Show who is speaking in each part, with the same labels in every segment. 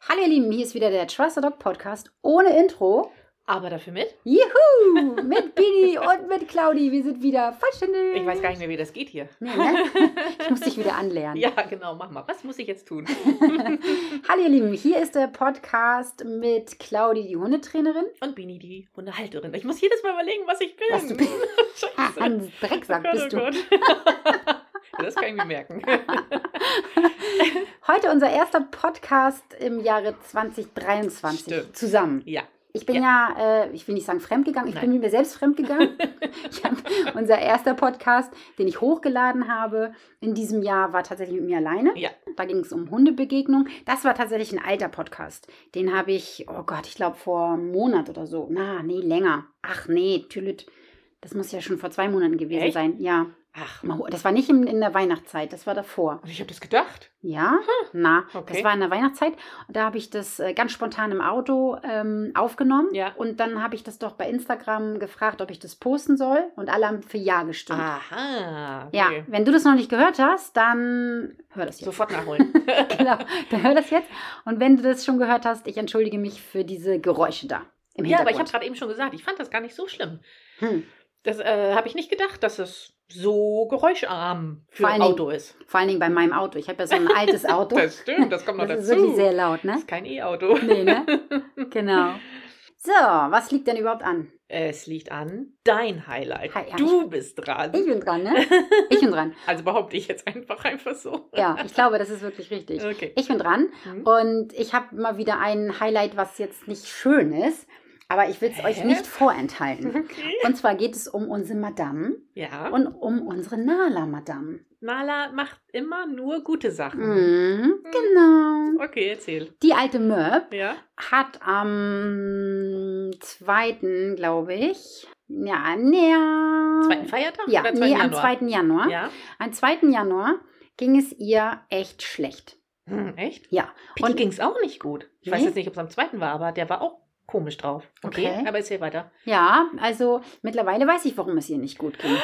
Speaker 1: Hallo ihr Lieben, hier ist wieder der Trust the Dog Podcast ohne Intro.
Speaker 2: Aber dafür mit? Uh.
Speaker 1: Juhu! Mit Bini und mit Claudi. Wir sind wieder vollständig.
Speaker 2: Ich weiß gar nicht mehr, wie das geht hier.
Speaker 1: Nee, ne? Ich muss dich wieder anlernen.
Speaker 2: Ja, genau, mach mal. Was muss ich jetzt tun?
Speaker 1: Hallo ihr Lieben, hier ist der Podcast mit Claudi, die Hundetrainerin.
Speaker 2: Und Bini, die Hundehalterin. Ich muss jedes Mal überlegen, was ich bin.
Speaker 1: Was du bist.
Speaker 2: Scheiße. Oh
Speaker 1: Ein Drecksack bist du.
Speaker 2: Gott. das kann ich mir merken.
Speaker 1: Heute unser erster Podcast im Jahre 2023
Speaker 2: Stimmt.
Speaker 1: zusammen.
Speaker 2: ja,
Speaker 1: Ich bin ja, äh, ich will nicht sagen fremdgegangen, ich
Speaker 2: Nein.
Speaker 1: bin mit mir selbst fremdgegangen. ich hab, unser erster Podcast, den ich hochgeladen habe in diesem Jahr, war tatsächlich mit mir alleine.
Speaker 2: Ja.
Speaker 1: Da ging es um Hundebegegnung. Das war tatsächlich ein alter Podcast. Den habe ich, oh Gott, ich glaube vor einem Monat oder so. Na, nee, länger. Ach nee, Tülüt. Das muss ja schon vor zwei Monaten gewesen
Speaker 2: Echt?
Speaker 1: sein. Ja.
Speaker 2: ach,
Speaker 1: Mal ho- Das war nicht in, in der Weihnachtszeit, das war davor.
Speaker 2: ich habe das gedacht.
Speaker 1: Ja, na,
Speaker 2: Hm. okay.
Speaker 1: das war in der Weihnachtszeit. Und da habe ich das äh, ganz spontan im Auto ähm, aufgenommen.
Speaker 2: Ja.
Speaker 1: Und dann habe ich das doch bei Instagram gefragt, ob ich das posten soll. Und alle haben für Ja gestimmt.
Speaker 2: Aha.
Speaker 1: Ja,
Speaker 2: Ah, okay.
Speaker 1: wenn du das noch nicht gehört hast, dann hör das jetzt.
Speaker 2: Sofort nachholen.
Speaker 1: genau, dann hör das jetzt. Und wenn du das schon gehört hast, ich entschuldige mich für diese Geräusche da im
Speaker 2: ja, aber
Speaker 1: Hintergrund.
Speaker 2: ich habe gerade eben schon gesagt, ich fand das gar nicht so schlimm.
Speaker 1: hm.
Speaker 2: Das äh, habe ich nicht gedacht, dass es so geräuscharm für
Speaker 1: Vor
Speaker 2: ein
Speaker 1: allen
Speaker 2: Auto ist.
Speaker 1: Vor allen Dingen bei meinem Auto. Ich habe ja so ein altes Auto.
Speaker 2: Das stimmt, das kommt noch
Speaker 1: das ist
Speaker 2: dazu.
Speaker 1: wirklich sehr laut,
Speaker 2: Das
Speaker 1: ne?
Speaker 2: ist kein E-Auto.
Speaker 1: Nee, ne? Genau. So, was liegt denn überhaupt an?
Speaker 2: Es liegt an dein Highlight.
Speaker 1: Hi- ja,
Speaker 2: du bist dran.
Speaker 1: Ich bin dran, ne? Ich bin dran.
Speaker 2: Also behaupte ich jetzt einfach einfach so.
Speaker 1: Ja, ich glaube, das ist wirklich richtig.
Speaker 2: Okay.
Speaker 1: Ich bin dran
Speaker 2: Hm?
Speaker 1: und ich habe mal wieder ein Highlight, was jetzt nicht schön ist, aber ich will es
Speaker 2: Hä?
Speaker 1: euch nicht vorenthalten.
Speaker 2: Okay.
Speaker 1: Und zwar geht es um unsere Madame
Speaker 2: Ja. Und
Speaker 1: und um unsere Nala Madame.
Speaker 2: Nala macht immer nur gute Sachen.
Speaker 1: Mhm, genau.
Speaker 2: Okay, erzähl.
Speaker 1: Die alte Möb
Speaker 2: Ja.
Speaker 1: hat am zweiten, glaube ich, ja, näher.
Speaker 2: Zweiten Feiertag?
Speaker 1: Ähm, ja,
Speaker 2: oder zweiten
Speaker 1: nee, am
Speaker 2: Januar?
Speaker 1: 2. Januar.
Speaker 2: Ja.
Speaker 1: Am 2. Januar ging es ihr echt schlecht.
Speaker 2: Hm, echt?
Speaker 1: Ja.
Speaker 2: Pitti ging es auch nicht gut. Ich weiß
Speaker 1: Nee?
Speaker 2: jetzt nicht, ob es am zweiten war, aber der war auch komisch drauf. Okay.
Speaker 1: Okay.
Speaker 2: Aber erzähl weiter.
Speaker 1: Ja, also mittlerweile weiß ich, warum es ihr nicht gut ging.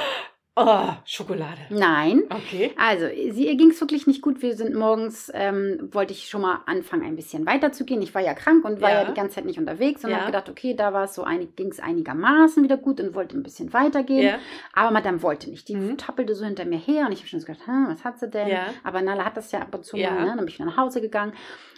Speaker 2: Oh,
Speaker 1: Mhm.
Speaker 2: Schokolade.
Speaker 1: Nein.
Speaker 2: Okay.
Speaker 1: Also, sie, ihr ging es wirklich nicht gut. Wir sind morgens, ähm, wollte ich schon mal anfangen, ein bisschen weiterzugehen. Ich war ja krank und war ja,
Speaker 2: Ja.
Speaker 1: die ganze Zeit nicht unterwegs und
Speaker 2: Ja.
Speaker 1: habe gedacht, okay, da war es so einig, ging es einigermaßen wieder gut und wollte ein bisschen weitergehen.
Speaker 2: Ja.
Speaker 1: Aber Madame wollte nicht. Die
Speaker 2: Mhm.
Speaker 1: tappelte so hinter mir her und ich habe schon so gedacht, hm, was hat sie denn?
Speaker 2: Ja.
Speaker 1: Aber Nala hat das ja ab und zu
Speaker 2: Ja.
Speaker 1: mal, ne? Dann bin ich wieder nach Hause gegangen.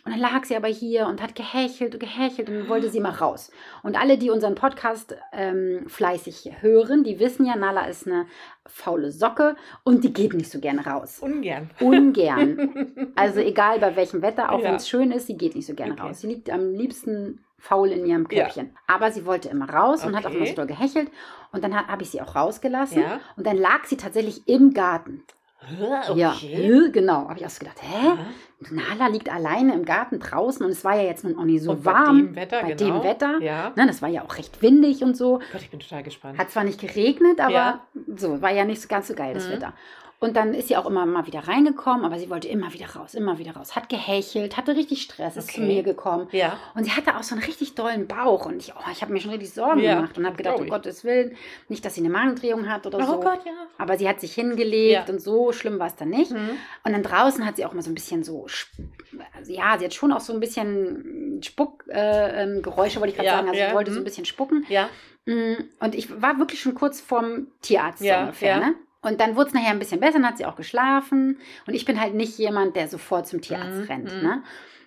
Speaker 1: Und dann lag sie aber hier und hat gehechelt und gehechelt und wollte sie mal raus. Und alle, die unseren Podcast ähm, fleißig hören, die wissen ja, Nala ist eine faule Socke und die geht nicht so gerne raus.
Speaker 2: Ungern.
Speaker 1: Ungern. Also egal bei welchem Wetter, auch
Speaker 2: Ja.
Speaker 1: wenn es schön ist, sie geht nicht so gerne
Speaker 2: Okay.
Speaker 1: raus. Sie liegt am liebsten faul in ihrem
Speaker 2: Ja.
Speaker 1: Körbchen. Aber sie wollte immer raus und hat auch
Speaker 2: Okay.
Speaker 1: immer so doll gehechelt. Und dann habe ich sie auch rausgelassen.
Speaker 2: ja.
Speaker 1: Und dann lag sie tatsächlich im Garten.
Speaker 2: Hä,
Speaker 1: Ja,
Speaker 2: Okay.
Speaker 1: hä, genau. Habe ich erst gedacht, hä?
Speaker 2: Ja.
Speaker 1: Nala liegt alleine im Garten draußen und es war ja jetzt nun auch nicht so
Speaker 2: Und
Speaker 1: warm.
Speaker 2: Bei dem Wetter,
Speaker 1: bei
Speaker 2: genau.
Speaker 1: dem Wetter.
Speaker 2: Ja.
Speaker 1: Ne, das war ja auch recht windig und so.
Speaker 2: Gott, ich bin total gespannt.
Speaker 1: Hat zwar nicht geregnet, aber
Speaker 2: Ja.
Speaker 1: so, war ja nicht so ganz so geil, das
Speaker 2: Mhm.
Speaker 1: Wetter. Und dann ist sie auch immer mal wieder reingekommen, aber sie wollte immer wieder raus, immer wieder raus. Hat gehechelt, hatte richtig Stress, ist zu
Speaker 2: Okay.
Speaker 1: mir gekommen.
Speaker 2: ja.
Speaker 1: Und sie hatte auch so einen richtig dollen Bauch. Und ich, oh, ich habe mir schon richtig Sorgen
Speaker 2: Ja,
Speaker 1: gemacht und habe gedacht,
Speaker 2: glaub
Speaker 1: um
Speaker 2: ich.
Speaker 1: Gottes Willen, nicht, dass sie eine Magendrehung hat oder so.
Speaker 2: Oh Gott, ja.
Speaker 1: Aber sie hat sich hingelegt
Speaker 2: Ja.
Speaker 1: und so schlimm war es dann nicht.
Speaker 2: Hm.
Speaker 1: Und dann draußen hat sie auch mal so ein bisschen so, Sp- also ja, sie hat schon auch so ein bisschen Spuckgeräusche, äh, ähm, Geräusche, wollte ich gerade
Speaker 2: Ja,
Speaker 1: sagen. Also
Speaker 2: ja,
Speaker 1: sie wollte
Speaker 2: mhm.
Speaker 1: so ein bisschen spucken.
Speaker 2: Ja.
Speaker 1: Mm, Und ich war wirklich schon kurz vorm Tierarzt so
Speaker 2: Ja,
Speaker 1: ungefähr.
Speaker 2: ja.
Speaker 1: Ne? Und dann wurde es nachher ein bisschen besser, dann hat sie auch geschlafen. Und ich bin halt nicht jemand, der sofort zum Tierarzt
Speaker 2: Mhm,
Speaker 1: rennt.
Speaker 2: mhm.
Speaker 1: Ne?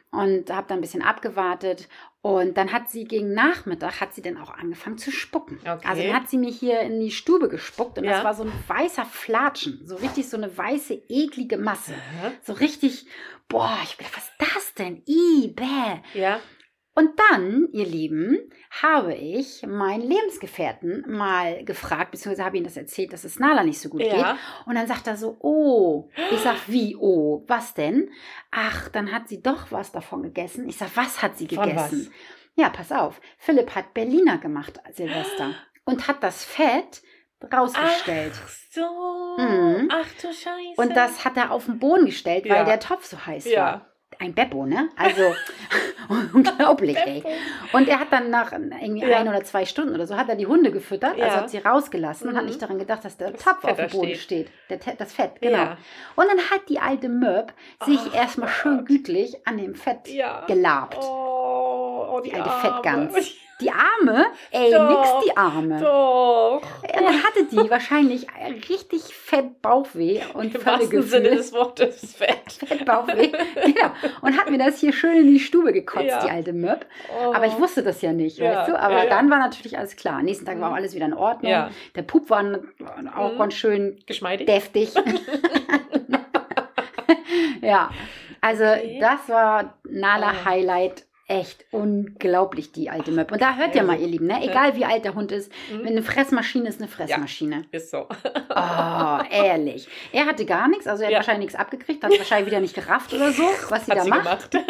Speaker 1: Und habe dann ein bisschen abgewartet. Und dann hat sie gegen Nachmittag, hat sie dann auch angefangen zu spucken.
Speaker 2: Okay.
Speaker 1: Also dann hat sie mir hier in die Stube gespuckt und
Speaker 2: Ja.
Speaker 1: das war so ein weißer Flatschen. So richtig so eine weiße, eklige Masse.
Speaker 2: Hä?
Speaker 1: So richtig, boah, ich hab gedacht, was ist das denn? I, bäh.
Speaker 2: Ja.
Speaker 1: Und dann, ihr Lieben, habe ich meinen Lebensgefährten mal gefragt, beziehungsweise habe ich ihm das erzählt, dass es Nala nicht so gut geht.
Speaker 2: Ja.
Speaker 1: Und dann sagt er so, oh. Ich sag, wie, oh, was denn? Ach, dann hat sie doch was davon gegessen. Ich sag, was hat sie
Speaker 2: Von
Speaker 1: gegessen? Ja, pass auf. Philipp hat Berliner gemacht, Silvester. Und hat das Fett rausgestellt.
Speaker 2: Ach so.
Speaker 1: Mhm.
Speaker 2: Ach du Scheiße.
Speaker 1: Und das hat er auf den Boden gestellt, weil
Speaker 2: Ja.
Speaker 1: der Topf so heiß war.
Speaker 2: ja.
Speaker 1: Ein Beppo, ne? Also, Unglaublich, ey.
Speaker 2: Beppo.
Speaker 1: Und er hat dann nach ähm, irgendwie
Speaker 2: Ja.
Speaker 1: ein oder zwei Stunden oder so, hat er die Hunde gefüttert, also
Speaker 2: Ja.
Speaker 1: hat sie rausgelassen und hat
Speaker 2: Mhm.
Speaker 1: nicht daran gedacht, dass der
Speaker 2: Das
Speaker 1: Topf
Speaker 2: Fett
Speaker 1: auf dem
Speaker 2: da
Speaker 1: Boden steht.
Speaker 2: steht.
Speaker 1: Der, Te- das Fett, genau.
Speaker 2: Ja.
Speaker 1: Und dann hat die alte Möb sich
Speaker 2: Ach
Speaker 1: erstmal
Speaker 2: Gott.
Speaker 1: schön gütlich an dem Fett
Speaker 2: ja.
Speaker 1: gelabt.
Speaker 2: Oh, oh, die,
Speaker 1: Die alte
Speaker 2: Arme.
Speaker 1: Fettgans. Die Arme? Ey,
Speaker 2: Doch,
Speaker 1: nix die Arme.
Speaker 2: Doch.
Speaker 1: Ja, dann hatte die wahrscheinlich richtig fett Bauchweh und
Speaker 2: Im wahrsten Sinne
Speaker 1: Völlegefühl.
Speaker 2: des Wortes fett.
Speaker 1: Fett Bauchweh. Genau. Und hat mir das hier schön in die Stube gekotzt,
Speaker 2: Ja.
Speaker 1: die alte Möb.
Speaker 2: Oh.
Speaker 1: Aber ich wusste das ja nicht,
Speaker 2: Ja,
Speaker 1: weißt du? Aber
Speaker 2: ja, ja.
Speaker 1: dann war natürlich alles klar. Am nächsten Tag war
Speaker 2: Mhm.
Speaker 1: auch alles wieder in Ordnung.
Speaker 2: Ja,
Speaker 1: Der Pup war auch
Speaker 2: Mhm.
Speaker 1: ganz schön
Speaker 2: geschmeidig.
Speaker 1: deftig. ja, also
Speaker 2: Okay.
Speaker 1: das war Nala
Speaker 2: Oh.
Speaker 1: Highlight. Echt unglaublich, die alte Möb. Und da hört ihr
Speaker 2: also.
Speaker 1: mal, ihr Lieben, ne? egal wie alt der Hund ist,
Speaker 2: Mhm.
Speaker 1: wenn eine Fressmaschine ist, eine Fressmaschine.
Speaker 2: Ist so.
Speaker 1: Oh, ehrlich. Er hatte gar nichts, also er hat
Speaker 2: Ja.
Speaker 1: wahrscheinlich nichts abgekriegt, hat wahrscheinlich wieder nicht gerafft oder so, was sie
Speaker 2: Hat
Speaker 1: da
Speaker 2: sie
Speaker 1: macht.
Speaker 2: gemacht.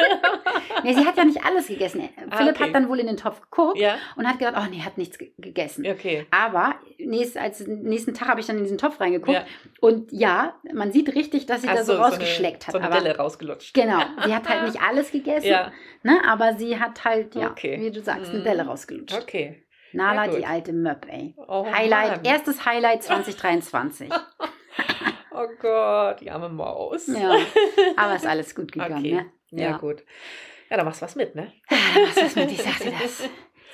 Speaker 1: Nee, sie hat ja nicht alles gegessen.
Speaker 2: Ah,
Speaker 1: Philipp
Speaker 2: okay.
Speaker 1: hat dann wohl in den Topf geguckt
Speaker 2: ja,
Speaker 1: und hat gedacht, oh nee, hat nichts ge gegessen.
Speaker 2: okay.
Speaker 1: Aber nächst, als, nächsten Tag habe ich dann in diesen Topf reingeguckt
Speaker 2: Ja.
Speaker 1: und ja, man sieht richtig, dass sie da
Speaker 2: Ach
Speaker 1: so,
Speaker 2: eine-
Speaker 1: rausgeschleckt
Speaker 2: So
Speaker 1: hat.
Speaker 2: eine
Speaker 1: aber
Speaker 2: Delle rausgelutscht.
Speaker 1: Genau, sie hat halt nicht alles gegessen,
Speaker 2: Ja,
Speaker 1: ne, aber sie hat halt, ja,
Speaker 2: Okay.
Speaker 1: wie du sagst, eine
Speaker 2: Mhm.
Speaker 1: Delle rausgelutscht.
Speaker 2: okay.
Speaker 1: Nala,
Speaker 2: Ja, gut.
Speaker 1: die alte Möb, ey.
Speaker 2: Oh,
Speaker 1: Highlight,
Speaker 2: Mann.
Speaker 1: erstes Highlight 2023.
Speaker 2: Oh Gott, die arme Maus.
Speaker 1: Ja, aber ist alles gut gegangen,
Speaker 2: Okay.
Speaker 1: ne?
Speaker 2: Ja,
Speaker 1: Ja.
Speaker 2: gut. Ja, da machst du was mit, ne?
Speaker 1: Was ist mit, ich sagte das.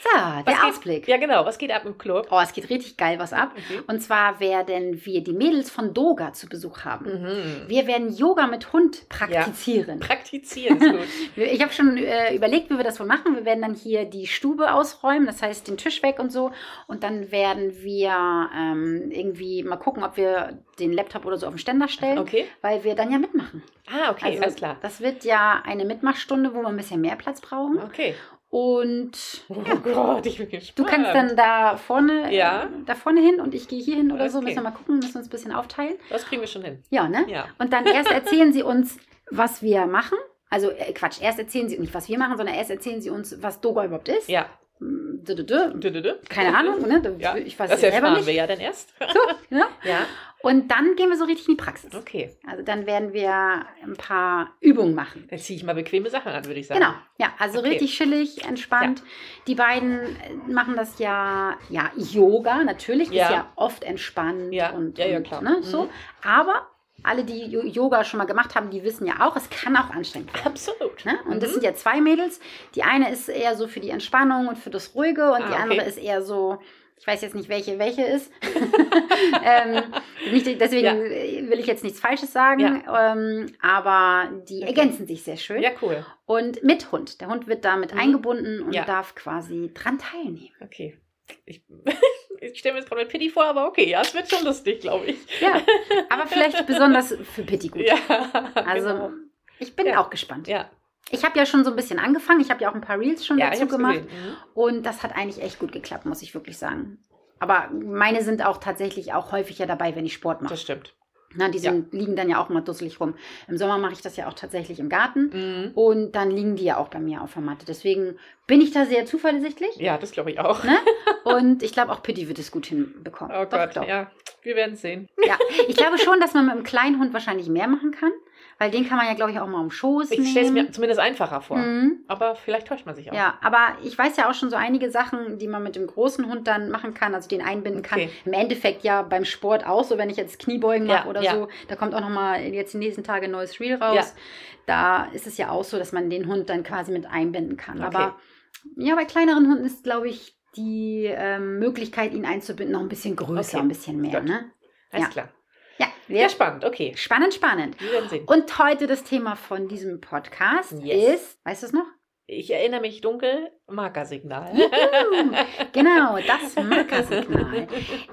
Speaker 1: So,
Speaker 2: Was
Speaker 1: der
Speaker 2: geht-
Speaker 1: Ausblick.
Speaker 2: Ja, genau. Was geht ab im Club?
Speaker 1: Oh, es geht richtig geil was ab.
Speaker 2: Mhm.
Speaker 1: Und zwar werden wir die Mädels von Doga zu Besuch haben.
Speaker 2: Mhm.
Speaker 1: Wir werden Yoga mit Hund praktizieren.
Speaker 2: Praktizieren ist gut.
Speaker 1: Wir- Ich habe schon äh, überlegt, wie wir das wohl machen. Wir werden dann hier die Stube ausräumen, das heißt den Tisch weg und so. Und dann werden wir ähm, irgendwie mal gucken, ob wir den Laptop oder so auf den Ständer stellen,
Speaker 2: Okay.
Speaker 1: weil wir dann ja mitmachen.
Speaker 2: Ah, okay,
Speaker 1: Also,
Speaker 2: alles klar.
Speaker 1: Das wird ja eine Mitmachstunde, wo wir ein bisschen mehr Platz brauchen.
Speaker 2: Okay.
Speaker 1: Und
Speaker 2: Oh Gott, ich bin gespannt.
Speaker 1: du kannst dann da vorne,
Speaker 2: Ah. Ja.
Speaker 1: äh, da vorne hin und ich gehe hier hin oder so.
Speaker 2: Okay.
Speaker 1: Müssen wir mal gucken, müssen wir uns ein bisschen aufteilen.
Speaker 2: Das kriegen wir schon hin.
Speaker 1: Ja, ne?
Speaker 2: Ja.
Speaker 1: Und dann erst erzählen sie uns, was wir machen. Also äh, Quatsch, erst erzählen sie nicht, was wir machen, sondern erst erzählen sie uns, was Doga überhaupt ist.
Speaker 2: Ja.
Speaker 1: Mm, dö, dö, dö.
Speaker 2: Dö, dö, dö.
Speaker 1: Keine Ahnung, ne? Da-
Speaker 2: Ja,
Speaker 1: Ich weiß
Speaker 2: Das
Speaker 1: es ja selber
Speaker 2: erfahren
Speaker 1: nicht.
Speaker 2: wir ja dann erst.
Speaker 1: Ne?
Speaker 2: Ja.
Speaker 1: Und dann gehen wir so richtig in die Praxis.
Speaker 2: Okay.
Speaker 1: Also dann werden wir ein paar Übungen machen.
Speaker 2: Dann ziehe ich mal bequeme Sachen an, würde ich sagen.
Speaker 1: Genau, ja, also
Speaker 2: Okay.
Speaker 1: richtig chillig, entspannt. Die beiden äh, machen das ja, ja, Yoga natürlich,
Speaker 2: Ja.
Speaker 1: ist ja oft entspannt
Speaker 2: Ja,
Speaker 1: und,
Speaker 2: ja, ja,
Speaker 1: und
Speaker 2: klar.
Speaker 1: Ne,
Speaker 2: Mhm.
Speaker 1: so. Aber alle, die Jo- Yoga schon mal gemacht haben, die wissen ja auch, es kann auch anstrengend werden.
Speaker 2: Absolut.
Speaker 1: Ne? Und das
Speaker 2: Mhm.
Speaker 1: sind ja zwei Mädels. Die eine ist eher so für die Entspannung und für das Ruhige und
Speaker 2: Ah,
Speaker 1: die
Speaker 2: okay.
Speaker 1: andere ist eher so, ich weiß jetzt nicht, welche welche ist. ähm, nicht, deswegen
Speaker 2: Ja.
Speaker 1: will ich jetzt nichts Falsches sagen, ähm, aber die
Speaker 2: Okay.
Speaker 1: ergänzen sich sehr schön.
Speaker 2: Ja, cool.
Speaker 1: Und mit Hund. Der Hund wird damit
Speaker 2: Mhm.
Speaker 1: eingebunden und
Speaker 2: Ja.
Speaker 1: darf quasi dran teilnehmen.
Speaker 2: Okay. Ich, ich stelle mir jetzt gerade mit Pity vor, aber okay, ja, es wird schon lustig, glaube ich.
Speaker 1: Ja, aber vielleicht besonders für Pitti gut.
Speaker 2: Ja.
Speaker 1: also,
Speaker 2: genau.
Speaker 1: ich bin
Speaker 2: Ja.
Speaker 1: auch gespannt.
Speaker 2: Ja,
Speaker 1: Ich habe ja schon so ein bisschen angefangen. Ich habe ja auch ein paar Reels schon
Speaker 2: ja ich
Speaker 1: dazu
Speaker 2: habe
Speaker 1: gemacht.
Speaker 2: gemacht. Gesehen. Mhm.
Speaker 1: Und das hat eigentlich echt gut geklappt, muss ich wirklich sagen. Aber meine sind auch tatsächlich auch häufiger dabei, wenn ich Sport mache.
Speaker 2: Mhm. Das stimmt.
Speaker 1: Na, die sind, liegen dann ja auch immer dusselig rum. Im Sommer mache ich das ja auch tatsächlich im Garten.
Speaker 2: Mhm.
Speaker 1: Und dann liegen die ja auch bei mir auf der Matte. Deswegen bin ich da sehr zuversichtlich.
Speaker 2: Ja, das glaube ich auch.
Speaker 1: Und ich glaube, auch Pitti wird es gut hinbekommen.
Speaker 2: Oh
Speaker 1: Doch,
Speaker 2: Gott,
Speaker 1: doch.
Speaker 2: ja. Wir werden sehen.
Speaker 1: Ja, ich glaube schon, dass man mit einem kleinen Hund wahrscheinlich mehr machen kann, weil den kann man ja, glaube ich, auch mal um den Schoß nehmen.
Speaker 2: Ich stelle es mir zumindest einfacher vor.
Speaker 1: Mhm.
Speaker 2: Aber vielleicht täuscht man sich auch.
Speaker 1: Ja, aber ich weiß ja auch schon so einige Sachen, die man mit dem großen Hund dann machen kann, also den einbinden kann.
Speaker 2: Okay.
Speaker 1: Im Endeffekt ja beim Sport auch, so wenn ich jetzt Kniebeugen mache
Speaker 2: Ja,
Speaker 1: oder
Speaker 2: ja.
Speaker 1: so, da kommt auch nochmal jetzt die nächsten Tage ein neues Reel raus. Da ist es ja auch so, dass man den Hund dann quasi mit einbinden kann.
Speaker 2: Okay.
Speaker 1: Aber ja, bei kleineren Hunden ist, glaube ich, die ähm, Möglichkeit, ihn einzubinden, noch ein bisschen größer,
Speaker 2: Okay.
Speaker 1: ein bisschen mehr.
Speaker 2: Gut.
Speaker 1: Ne?
Speaker 2: Alles
Speaker 1: Ja.
Speaker 2: klar.
Speaker 1: Ja,
Speaker 2: Sehr
Speaker 1: sehr
Speaker 2: spannend, okay.
Speaker 1: spannend, spannend.
Speaker 2: Wir werden sehen.
Speaker 1: Und heute das Thema von diesem Podcast
Speaker 2: Yes.
Speaker 1: ist, weißt du es noch?
Speaker 2: Ich erinnere mich dunkel, Markersignal.
Speaker 1: Hm? Juhu. genau, das Markersignal.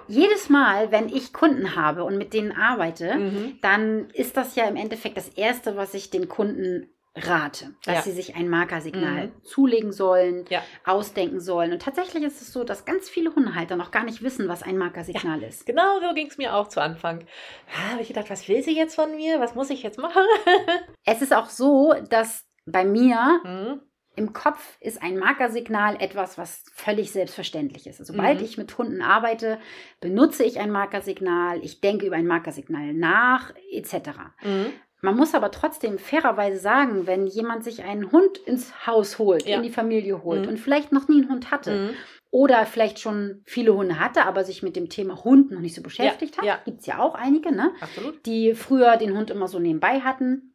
Speaker 1: Jedes Mal, wenn ich Kunden habe und mit denen arbeite,
Speaker 2: mhm.
Speaker 1: dann ist das ja im Endeffekt das Erste, was ich den Kunden rate, dass
Speaker 2: Ja.
Speaker 1: sie sich ein Markersignal
Speaker 2: Mhm.
Speaker 1: zulegen sollen,
Speaker 2: Ja.
Speaker 1: ausdenken sollen. Und tatsächlich ist es so, dass ganz viele Hundehalter noch gar nicht wissen, was ein Markersignal ist.
Speaker 2: Genau so ging es mir auch zu Anfang. Ah, habe ich gedacht, was will sie jetzt von mir? Was muss ich jetzt machen?
Speaker 1: Es ist auch so, dass bei mir
Speaker 2: Mhm.
Speaker 1: Im Kopf ist ein Markersignal etwas, was völlig selbstverständlich ist. Also, Sobald
Speaker 2: Mhm.
Speaker 1: ich mit Hunden arbeite, benutze ich ein Markersignal, ich denke über ein Markersignal nach, etc.
Speaker 2: Mhm.
Speaker 1: Man muss aber trotzdem fairerweise sagen, wenn jemand sich einen Hund ins Haus holt,
Speaker 2: Ja.
Speaker 1: in die Familie holt
Speaker 2: Mhm.
Speaker 1: und vielleicht noch nie einen Hund hatte oder vielleicht schon viele Hunde hatte, aber sich mit dem Thema Hund noch nicht so beschäftigt hat,
Speaker 2: ja.
Speaker 1: gibt es ja auch einige, ne?
Speaker 2: Absolut.
Speaker 1: die früher den Hund immer so nebenbei hatten.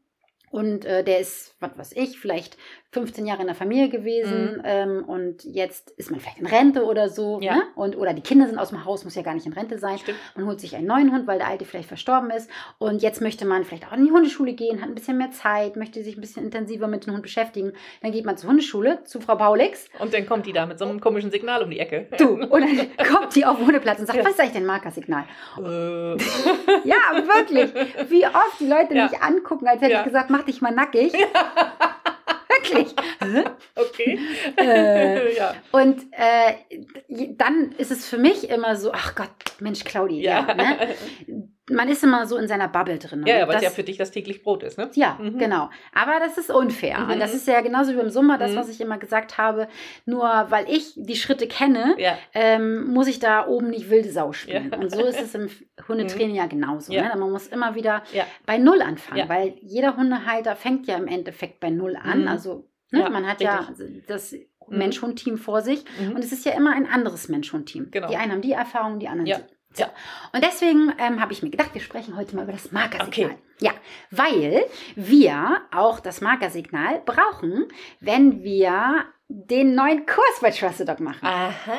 Speaker 1: Und äh, der ist, was weiß ich, vielleicht 15 Jahre in der Familie gewesen ähm, und jetzt ist man vielleicht in Rente oder so.
Speaker 2: Mhm. Ja.
Speaker 1: Ne? Und, oder die Kinder sind aus dem Haus, muss ja gar nicht in Rente sein.
Speaker 2: Stimmt.
Speaker 1: Man holt sich einen neuen Hund, weil der alte vielleicht verstorben ist. Und jetzt möchte man vielleicht auch in die Hundeschule gehen, hat ein bisschen mehr Zeit, möchte sich ein bisschen intensiver mit dem Hund beschäftigen. Dann geht man zur Hundeschule, zu Frau Paulix.
Speaker 2: Und dann kommt die da mit so einem komischen Signal um die Ecke.
Speaker 1: Du. Und dann kommt die auf den Hundeplatz und sagt,
Speaker 2: Ja.
Speaker 1: was ist eigentlich dein Markersignal?
Speaker 2: Äh,
Speaker 1: Ja, wirklich. Wie oft die Leute
Speaker 2: Ja.
Speaker 1: mich angucken, als hätte
Speaker 2: Ja.
Speaker 1: ich gesagt, mach dich mal nackig. Wirklich.
Speaker 2: okay.
Speaker 1: Äh,
Speaker 2: ja.
Speaker 1: und äh, dann ist es für mich immer so, ach Gott, Mensch, Claudi, ja.
Speaker 2: Ja.
Speaker 1: ne? Man ist immer so in seiner Bubble drin. Und
Speaker 2: Ja, ja, weil es
Speaker 1: das-
Speaker 2: ja für dich das täglich Brot ist, ne?
Speaker 1: ja,
Speaker 2: Mhm.
Speaker 1: genau. Aber das ist unfair.
Speaker 2: Mhm.
Speaker 1: Und das ist ja genauso wie im Sommer das,
Speaker 2: Mhm.
Speaker 1: was ich immer gesagt habe. Nur weil ich die Schritte kenne,
Speaker 2: Ja.
Speaker 1: ähm, muss ich da oben nicht wilde Sau spielen.
Speaker 2: Ja.
Speaker 1: Und so ist es im Hundetraining ja genauso.
Speaker 2: Ja.
Speaker 1: Ne? Man muss immer wieder
Speaker 2: Ja.
Speaker 1: bei Null anfangen,
Speaker 2: Ja.
Speaker 1: weil jeder Hundehalter fängt ja im Endeffekt bei Null an.
Speaker 2: Mhm.
Speaker 1: Also ne?
Speaker 2: Ja,
Speaker 1: man hat ja das Mensch-Hund-Team vor sich
Speaker 2: Mhm.
Speaker 1: und es ist ja immer ein anderes Mensch-Hund-Team.
Speaker 2: Genau.
Speaker 1: Die einen haben die Erfahrung, die anderen
Speaker 2: Ja.
Speaker 1: die. So.
Speaker 2: Ja.
Speaker 1: Und deswegen ähm, habe ich mir gedacht, wir sprechen heute mal über das Markersignal.
Speaker 2: Okay.
Speaker 1: Ja, weil wir auch das Markersignal brauchen, wenn wir den neuen Kurs bei Trusted Dog
Speaker 2: Ah,
Speaker 1: machen.
Speaker 2: Aha.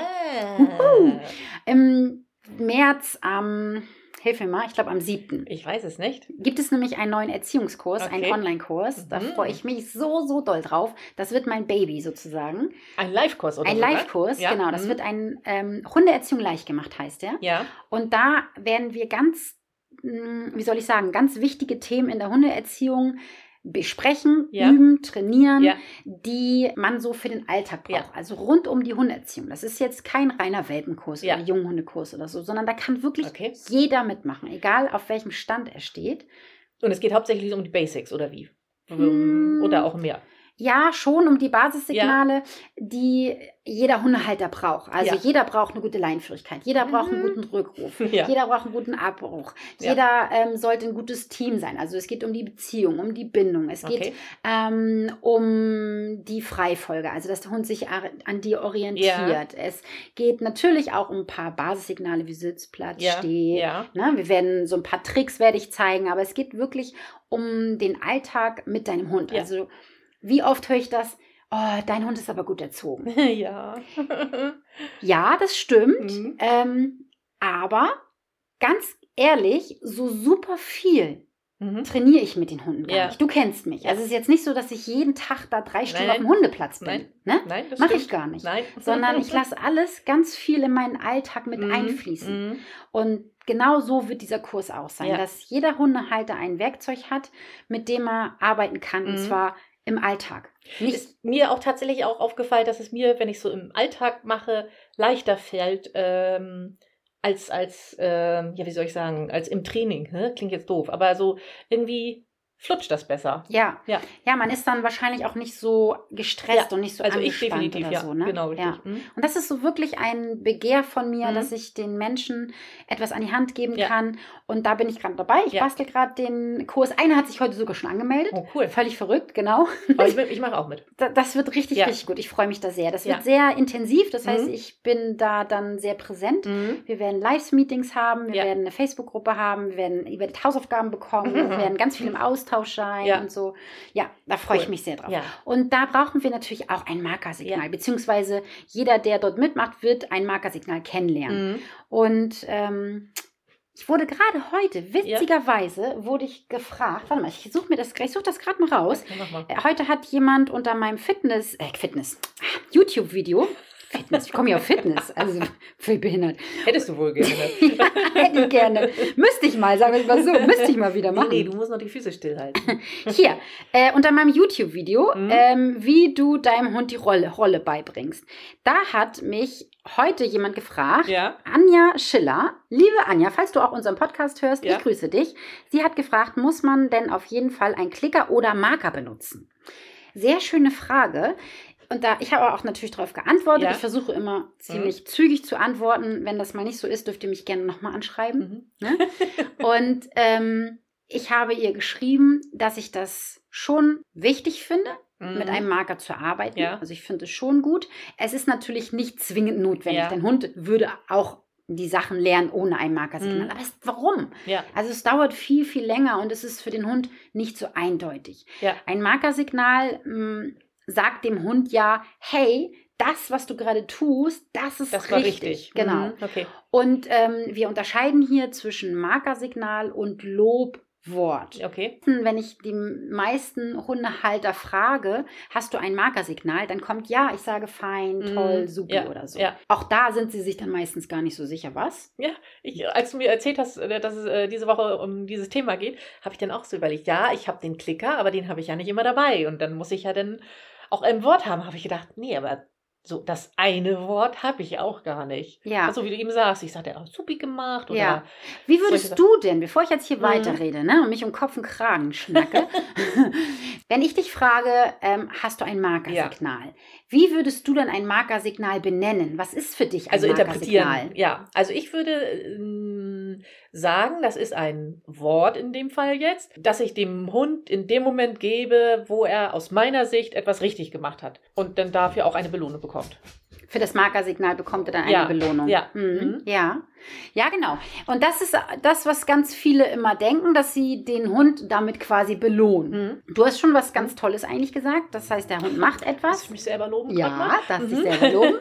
Speaker 1: Uhu. Im März am, hilf mir mal, ich glaube am 7.
Speaker 2: Ich weiß es nicht.
Speaker 1: gibt es nämlich einen neuen Erziehungskurs, einen
Speaker 2: Okay.
Speaker 1: Online-Kurs. Da
Speaker 2: Mhm.
Speaker 1: freue ich mich so, so doll drauf. Das wird mein Baby sozusagen.
Speaker 2: Ein Live-Kurs oder
Speaker 1: Ein
Speaker 2: so, ne?
Speaker 1: Live-Kurs,
Speaker 2: Ja.
Speaker 1: genau. Das
Speaker 2: Mhm.
Speaker 1: wird ein ähm, Hundeerziehung leicht gemacht, heißt der.
Speaker 2: Ja.
Speaker 1: Und da werden wir ganz, mh, wie soll ich sagen, ganz wichtige Themen in der Hundeerziehung besprechen,
Speaker 2: Ja.
Speaker 1: üben, trainieren,
Speaker 2: Ja.
Speaker 1: die man so für den Alltag braucht.
Speaker 2: Ja.
Speaker 1: Also rund um die Hundeerziehung. Das ist jetzt kein reiner Welpenkurs
Speaker 2: Ja.
Speaker 1: oder Junghundekurs oder so, sondern da kann wirklich
Speaker 2: Okay.
Speaker 1: jeder mitmachen, egal auf welchem Stand er steht.
Speaker 2: Und es geht hauptsächlich um die Basics, oder wie?
Speaker 1: Mm.
Speaker 2: Oder auch mehr.
Speaker 1: Ja, schon um die Basissignale, die jeder Hundehalter braucht. Also
Speaker 2: Ja.
Speaker 1: jeder braucht eine gute Leinführigkeit, jeder braucht einen
Speaker 2: Mhm.
Speaker 1: guten Rückruf,
Speaker 2: Ja.
Speaker 1: Jeder braucht einen guten Abbruch.
Speaker 2: Ja.
Speaker 1: Jeder ähm, sollte ein gutes Team sein. Also es geht um die Beziehung, um die Bindung. Es geht
Speaker 2: Okay.
Speaker 1: ähm, um die Freifolge, also dass der Hund sich ar- an dir orientiert. Es geht natürlich auch um ein paar Basissignale wie Sitzplatz,
Speaker 2: Ja.
Speaker 1: Steh.
Speaker 2: Ja.
Speaker 1: Ne? Wir werden so ein paar Tricks werde ich zeigen, aber es geht wirklich um den Alltag mit deinem Hund.
Speaker 2: Ja.
Speaker 1: Also wie oft höre ich das? Oh, dein Hund ist aber gut erzogen.
Speaker 2: ja.
Speaker 1: Ja, das stimmt.
Speaker 2: Mhm.
Speaker 1: Ähm, aber ganz ehrlich, so super viel
Speaker 2: Mhm.
Speaker 1: trainiere ich mit den Hunden gar
Speaker 2: Ja.
Speaker 1: nicht. Du kennst mich.
Speaker 2: Ja.
Speaker 1: Also es ist jetzt nicht so, dass ich jeden Tag da drei Stunden
Speaker 2: Nein.
Speaker 1: auf dem Hundeplatz bin.
Speaker 2: Nein.
Speaker 1: Ne?
Speaker 2: Nein, das
Speaker 1: Mache
Speaker 2: stimmt.
Speaker 1: ich gar nicht.
Speaker 2: Nein.
Speaker 1: Sondern ich lasse alles ganz viel in meinen Alltag mit
Speaker 2: Mhm.
Speaker 1: einfließen.
Speaker 2: Mhm.
Speaker 1: Und genau so wird dieser Kurs auch sein,
Speaker 2: Ja.
Speaker 1: dass jeder Hundehalter ein Werkzeug hat, mit dem er arbeiten kann, und
Speaker 2: Mhm.
Speaker 1: zwar im Alltag. Nicht,
Speaker 2: Ist mir auch tatsächlich auch aufgefallen, dass es mir, wenn ich so im Alltag mache, leichter fällt, ähm, als, als ähm, ja, wie soll ich sagen, als im Training. Ne? Klingt jetzt doof, aber so irgendwie flutscht das besser.
Speaker 1: ja.
Speaker 2: Ja.
Speaker 1: ja, man ist dann wahrscheinlich auch nicht so gestresst und nicht so
Speaker 2: Also ich
Speaker 1: angespannt
Speaker 2: definitiv,
Speaker 1: oder
Speaker 2: ja.
Speaker 1: so. Ne?
Speaker 2: Genau, richtig.
Speaker 1: ja.
Speaker 2: Mhm.
Speaker 1: Und das ist so wirklich ein Begehr von mir,
Speaker 2: Mhm.
Speaker 1: dass ich den Menschen etwas an die Hand geben
Speaker 2: Ja.
Speaker 1: kann. Und da bin ich gerade dabei. Ich
Speaker 2: Ja.
Speaker 1: bastel gerade den Kurs. Einer hat sich heute sogar schon angemeldet.
Speaker 2: Oh, cool.
Speaker 1: Völlig verrückt, genau.
Speaker 2: Aber ich, ich mache auch mit.
Speaker 1: Da- Das wird richtig,
Speaker 2: Ja.
Speaker 1: richtig gut. Ich freue mich da sehr. Das
Speaker 2: Ja.
Speaker 1: wird sehr intensiv. Das heißt,
Speaker 2: Mhm.
Speaker 1: ich bin da dann sehr präsent. Wir werden Live-Meetings haben, wir
Speaker 2: Ja.
Speaker 1: werden eine Facebook-Gruppe haben, wir werden, ihr werdet Hausaufgaben bekommen, wir werden ganz viel im Austausch sein
Speaker 2: Mhm. Ja.
Speaker 1: und so. Ja, da freue ich
Speaker 2: Cool.
Speaker 1: mich sehr drauf.
Speaker 2: Ja.
Speaker 1: Und da brauchen wir natürlich auch ein Markersignal,
Speaker 2: Ja.
Speaker 1: beziehungsweise jeder, der dort mitmacht, wird ein Markersignal kennenlernen.
Speaker 2: Mhm.
Speaker 1: Und ähm, ich wurde gerade heute, witzigerweise, wurde ich gefragt, warte mal, ich suche mir das, ich suche das gerade mal raus.
Speaker 2: Ja, mach mal.
Speaker 1: Äh, Heute hat jemand unter meinem Fitness, äh, Fitness, ah, YouTube-Video, Fitness, ich komme ja auf Fitness, also völlig behindert.
Speaker 2: Hättest du wohl gerne.
Speaker 1: Hätte ich gerne. Müsste ich mal, sagen wir mal so, müsste ich mal wieder
Speaker 2: Nee,
Speaker 1: machen.
Speaker 2: nee, du musst noch die Füße stillhalten.
Speaker 1: Hier, äh, unter meinem YouTube-Video,
Speaker 2: Mhm.
Speaker 1: ähm, wie du deinem Hund die Rolle, Rolle beibringst. Da hat mich heute jemand gefragt,
Speaker 2: ja?
Speaker 1: Anja Schiller, liebe Anja, falls du auch unseren Podcast hörst,
Speaker 2: Ja.
Speaker 1: ich grüße dich. Sie hat gefragt, muss man denn auf jeden Fall einen Klicker oder Marker benutzen? Sehr schöne Frage. Und da, ich habe auch natürlich darauf geantwortet.
Speaker 2: Ja. Mhm.
Speaker 1: Ich versuche immer ziemlich zügig zu antworten. Wenn das mal nicht so ist, dürft ihr mich gerne nochmal anschreiben.
Speaker 2: Mhm.
Speaker 1: Und ähm, Ich habe ihr geschrieben, dass ich das schon wichtig finde, mit einem Marker zu arbeiten.
Speaker 2: Mhm. Ja.
Speaker 1: Also ich finde es schon gut. Es ist natürlich nicht zwingend notwendig.
Speaker 2: Ja.
Speaker 1: Dein Hund würde auch die Sachen lernen ohne ein Markersignal.
Speaker 2: Mhm.
Speaker 1: Aber es, warum?
Speaker 2: Ja.
Speaker 1: Also es dauert viel, viel länger und es ist für den Hund nicht so eindeutig.
Speaker 2: Ja.
Speaker 1: Ein Markersignal mh, sagt dem Hund ja, hey, das, was du gerade tust, das ist
Speaker 2: Das war
Speaker 1: richtig.
Speaker 2: richtig.
Speaker 1: Genau.
Speaker 2: Mhm. Okay.
Speaker 1: Und ähm, wir unterscheiden hier zwischen Markersignal und Lobwort.
Speaker 2: Okay.
Speaker 1: Wenn ich die meisten Hundehalter frage, hast du ein Markersignal, dann kommt ja, ich sage fein,
Speaker 2: Mhm.
Speaker 1: toll, super
Speaker 2: Ja,
Speaker 1: oder so.
Speaker 2: ja.
Speaker 1: Auch da sind sie sich dann meistens gar nicht so sicher, was?
Speaker 2: Ich, als du mir erzählt hast, äh, dass es äh, diese Woche um dieses Thema geht, habe ich dann auch so überlegt, ja, ich habe den Klicker, aber den habe ich ja nicht immer dabei. Und dann muss ich ja dann auch ein Wort haben, habe ich gedacht, nee, aber so das eine Wort habe ich auch gar nicht.
Speaker 1: Ja.
Speaker 2: Also wie du eben sagst, ich sagte, oh, supi gemacht oder
Speaker 1: Ja. Wie
Speaker 2: solche
Speaker 1: würdest du denn, bevor ich jetzt hier
Speaker 2: Mhm.
Speaker 1: weiterrede ne, und mich um Kopf und Kragen schnacke, wenn ich dich frage, ähm, hast du ein Markersignal? Wie würdest du denn ein Markersignal benennen? Was ist für dich ein
Speaker 2: Also interpretieren.
Speaker 1: Markersignal?
Speaker 2: Ja, also ich würde ähm, sagen, das ist ein Wort in dem Fall jetzt, dass ich dem Hund in dem Moment gebe, wo er aus meiner Sicht etwas richtig gemacht hat und dann dafür auch eine Belohnung bekommt.
Speaker 1: Für das Markersignal bekommt er dann eine
Speaker 2: Ja,
Speaker 1: Belohnung.
Speaker 2: ja.
Speaker 1: Mhm.
Speaker 2: Mhm.
Speaker 1: ja. Ja, genau. Und das ist das, was ganz viele immer denken, dass sie den Hund damit quasi belohnen. Du hast schon was ganz Tolles eigentlich gesagt. Das heißt, der Hund macht
Speaker 2: Darf
Speaker 1: etwas.
Speaker 2: ich mich selber loben? gerade Oh, mal?
Speaker 1: Ja, darfst dich
Speaker 2: Mhm.
Speaker 1: selber loben.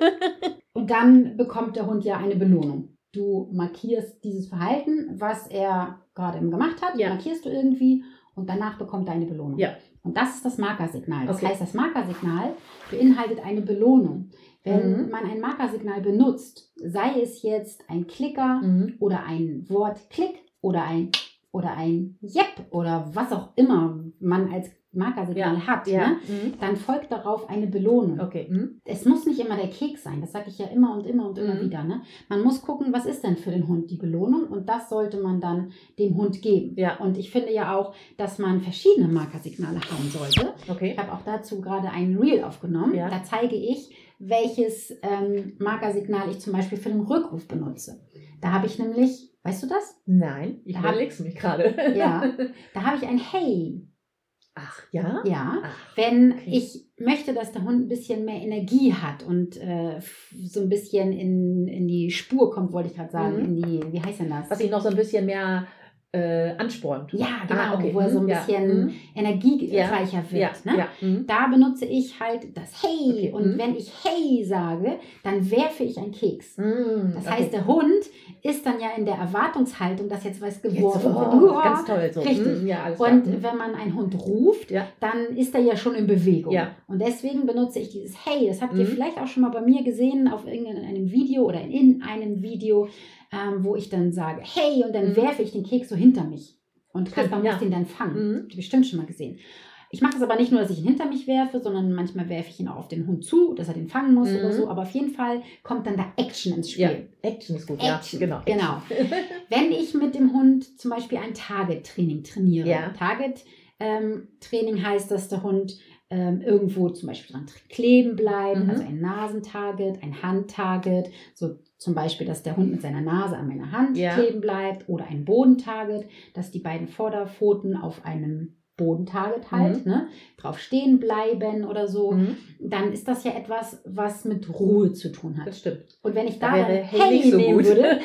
Speaker 1: Und dann bekommt der Hund ja eine Belohnung. Du markierst dieses Verhalten, was er gerade eben gemacht hat,
Speaker 2: Ja.
Speaker 1: markierst du irgendwie und danach bekommt er eine Belohnung.
Speaker 2: Ja.
Speaker 1: Und das ist das Markersignal. Das
Speaker 2: Okay.
Speaker 1: heißt, das Markersignal beinhaltet eine Belohnung. Wenn
Speaker 2: Mhm.
Speaker 1: man ein Markersignal benutzt, sei es jetzt ein Klicker
Speaker 2: Mhm.
Speaker 1: oder ein Wort Klick oder ein oder ein Jep oder was auch immer man als Markersignal hat, Ne?
Speaker 2: Mhm.
Speaker 1: dann folgt darauf eine Belohnung
Speaker 2: Okay.
Speaker 1: es muss nicht immer der Keks sein, das sage ich ja immer und immer und immer
Speaker 2: Mhm.
Speaker 1: wieder. Ne? Man muss gucken, was ist denn für den Hund die Belohnung und das sollte man dann dem Hund geben.
Speaker 2: Ja.
Speaker 1: Und ich finde ja auch, dass man verschiedene Markersignale haben sollte. Ich
Speaker 2: Okay.
Speaker 1: habe auch dazu gerade ein Reel aufgenommen.
Speaker 2: Ja.
Speaker 1: Da zeige ich, welches ähm, Markersignal ich zum Beispiel für den Rückruf benutze. Da habe ich nämlich, weißt du das?
Speaker 2: Nein, ich
Speaker 1: Ja.
Speaker 2: überleg's mich gerade.
Speaker 1: Ja. Da habe ich ein Hey.
Speaker 2: Ach ja?
Speaker 1: Ja.
Speaker 2: Ach.
Speaker 1: wenn
Speaker 2: Okay.
Speaker 1: ich möchte, dass der Hund ein bisschen mehr Energie hat und äh, f- so ein bisschen in, in die Spur kommt, wollte ich gerade sagen,
Speaker 2: Mhm.
Speaker 1: in die, wie heißt denn das?
Speaker 2: Was ich noch so ein bisschen mehr äh, anspornt.
Speaker 1: ja, genau,
Speaker 2: Ah, okay.
Speaker 1: wo er so ein
Speaker 2: Mhm, ja.
Speaker 1: bisschen
Speaker 2: Mhm.
Speaker 1: energiereicher
Speaker 2: Ja,
Speaker 1: wird. Ne?
Speaker 2: ja. Mhm.
Speaker 1: Da benutze ich halt das Hey.
Speaker 2: Okay,
Speaker 1: Und
Speaker 2: mhm.
Speaker 1: wenn ich Hey sage, dann werfe ich einen Keks.
Speaker 2: Mhm,
Speaker 1: Das
Speaker 2: okay.
Speaker 1: heißt, der Hund ist dann ja in der Erwartungshaltung, dass jetzt was
Speaker 2: Jetzt,
Speaker 1: geworfen
Speaker 2: oh,
Speaker 1: wird. Uah.
Speaker 2: ganz toll. So.
Speaker 1: Richtig.
Speaker 2: Mhm, Ja, alles klar.
Speaker 1: Und
Speaker 2: Mhm.
Speaker 1: wenn man einen Hund ruft,
Speaker 2: Ja.
Speaker 1: dann ist er ja schon in Bewegung.
Speaker 2: Ja.
Speaker 1: Und deswegen benutze ich dieses Hey. Das habt ihr
Speaker 2: Mhm.
Speaker 1: vielleicht auch schon mal bei mir gesehen auf irgendeinem Video oder in einem Video, ähm, wo ich dann sage Hey und dann
Speaker 2: Mhm.
Speaker 1: werfe ich den Keks so hinter mich. Und Kasper
Speaker 2: Ja.
Speaker 1: muss den dann fangen.
Speaker 2: Mhm.
Speaker 1: Habt ihr bestimmt schon mal gesehen. Ich mache es aber nicht nur, dass ich ihn hinter mich werfe, sondern manchmal werfe ich ihn auch auf den Hund zu, dass er den fangen muss
Speaker 2: Mhm.
Speaker 1: oder so. Aber auf jeden Fall kommt dann da Action ins Spiel.
Speaker 2: Ja, Action ist gut.
Speaker 1: Action.
Speaker 2: Ja, genau.
Speaker 1: genau. Wenn ich mit dem Hund zum Beispiel ein Target-Training trainiere.
Speaker 2: Ja.
Speaker 1: Target-Training heißt, dass der Hund ähm, irgendwo zum Beispiel dran kleben bleibt,
Speaker 2: Mhm.
Speaker 1: also ein Nasentarget, ein Handtarget, so zum Beispiel, dass der Hund mit seiner Nase an meiner Hand
Speaker 2: Ja.
Speaker 1: kleben bleibt oder ein Bodentarget, dass die beiden Vorderpfoten auf einem Bodentarget halt ne, drauf stehen bleiben oder so,
Speaker 2: Mhm.
Speaker 1: dann ist das ja etwas, was mit Ruhe zu tun hat.
Speaker 2: Das stimmt.
Speaker 1: Und wenn ich da,
Speaker 2: Da wäre
Speaker 1: dann
Speaker 2: hey,
Speaker 1: Hey
Speaker 2: nicht so
Speaker 1: nehmen
Speaker 2: gut.
Speaker 1: würde,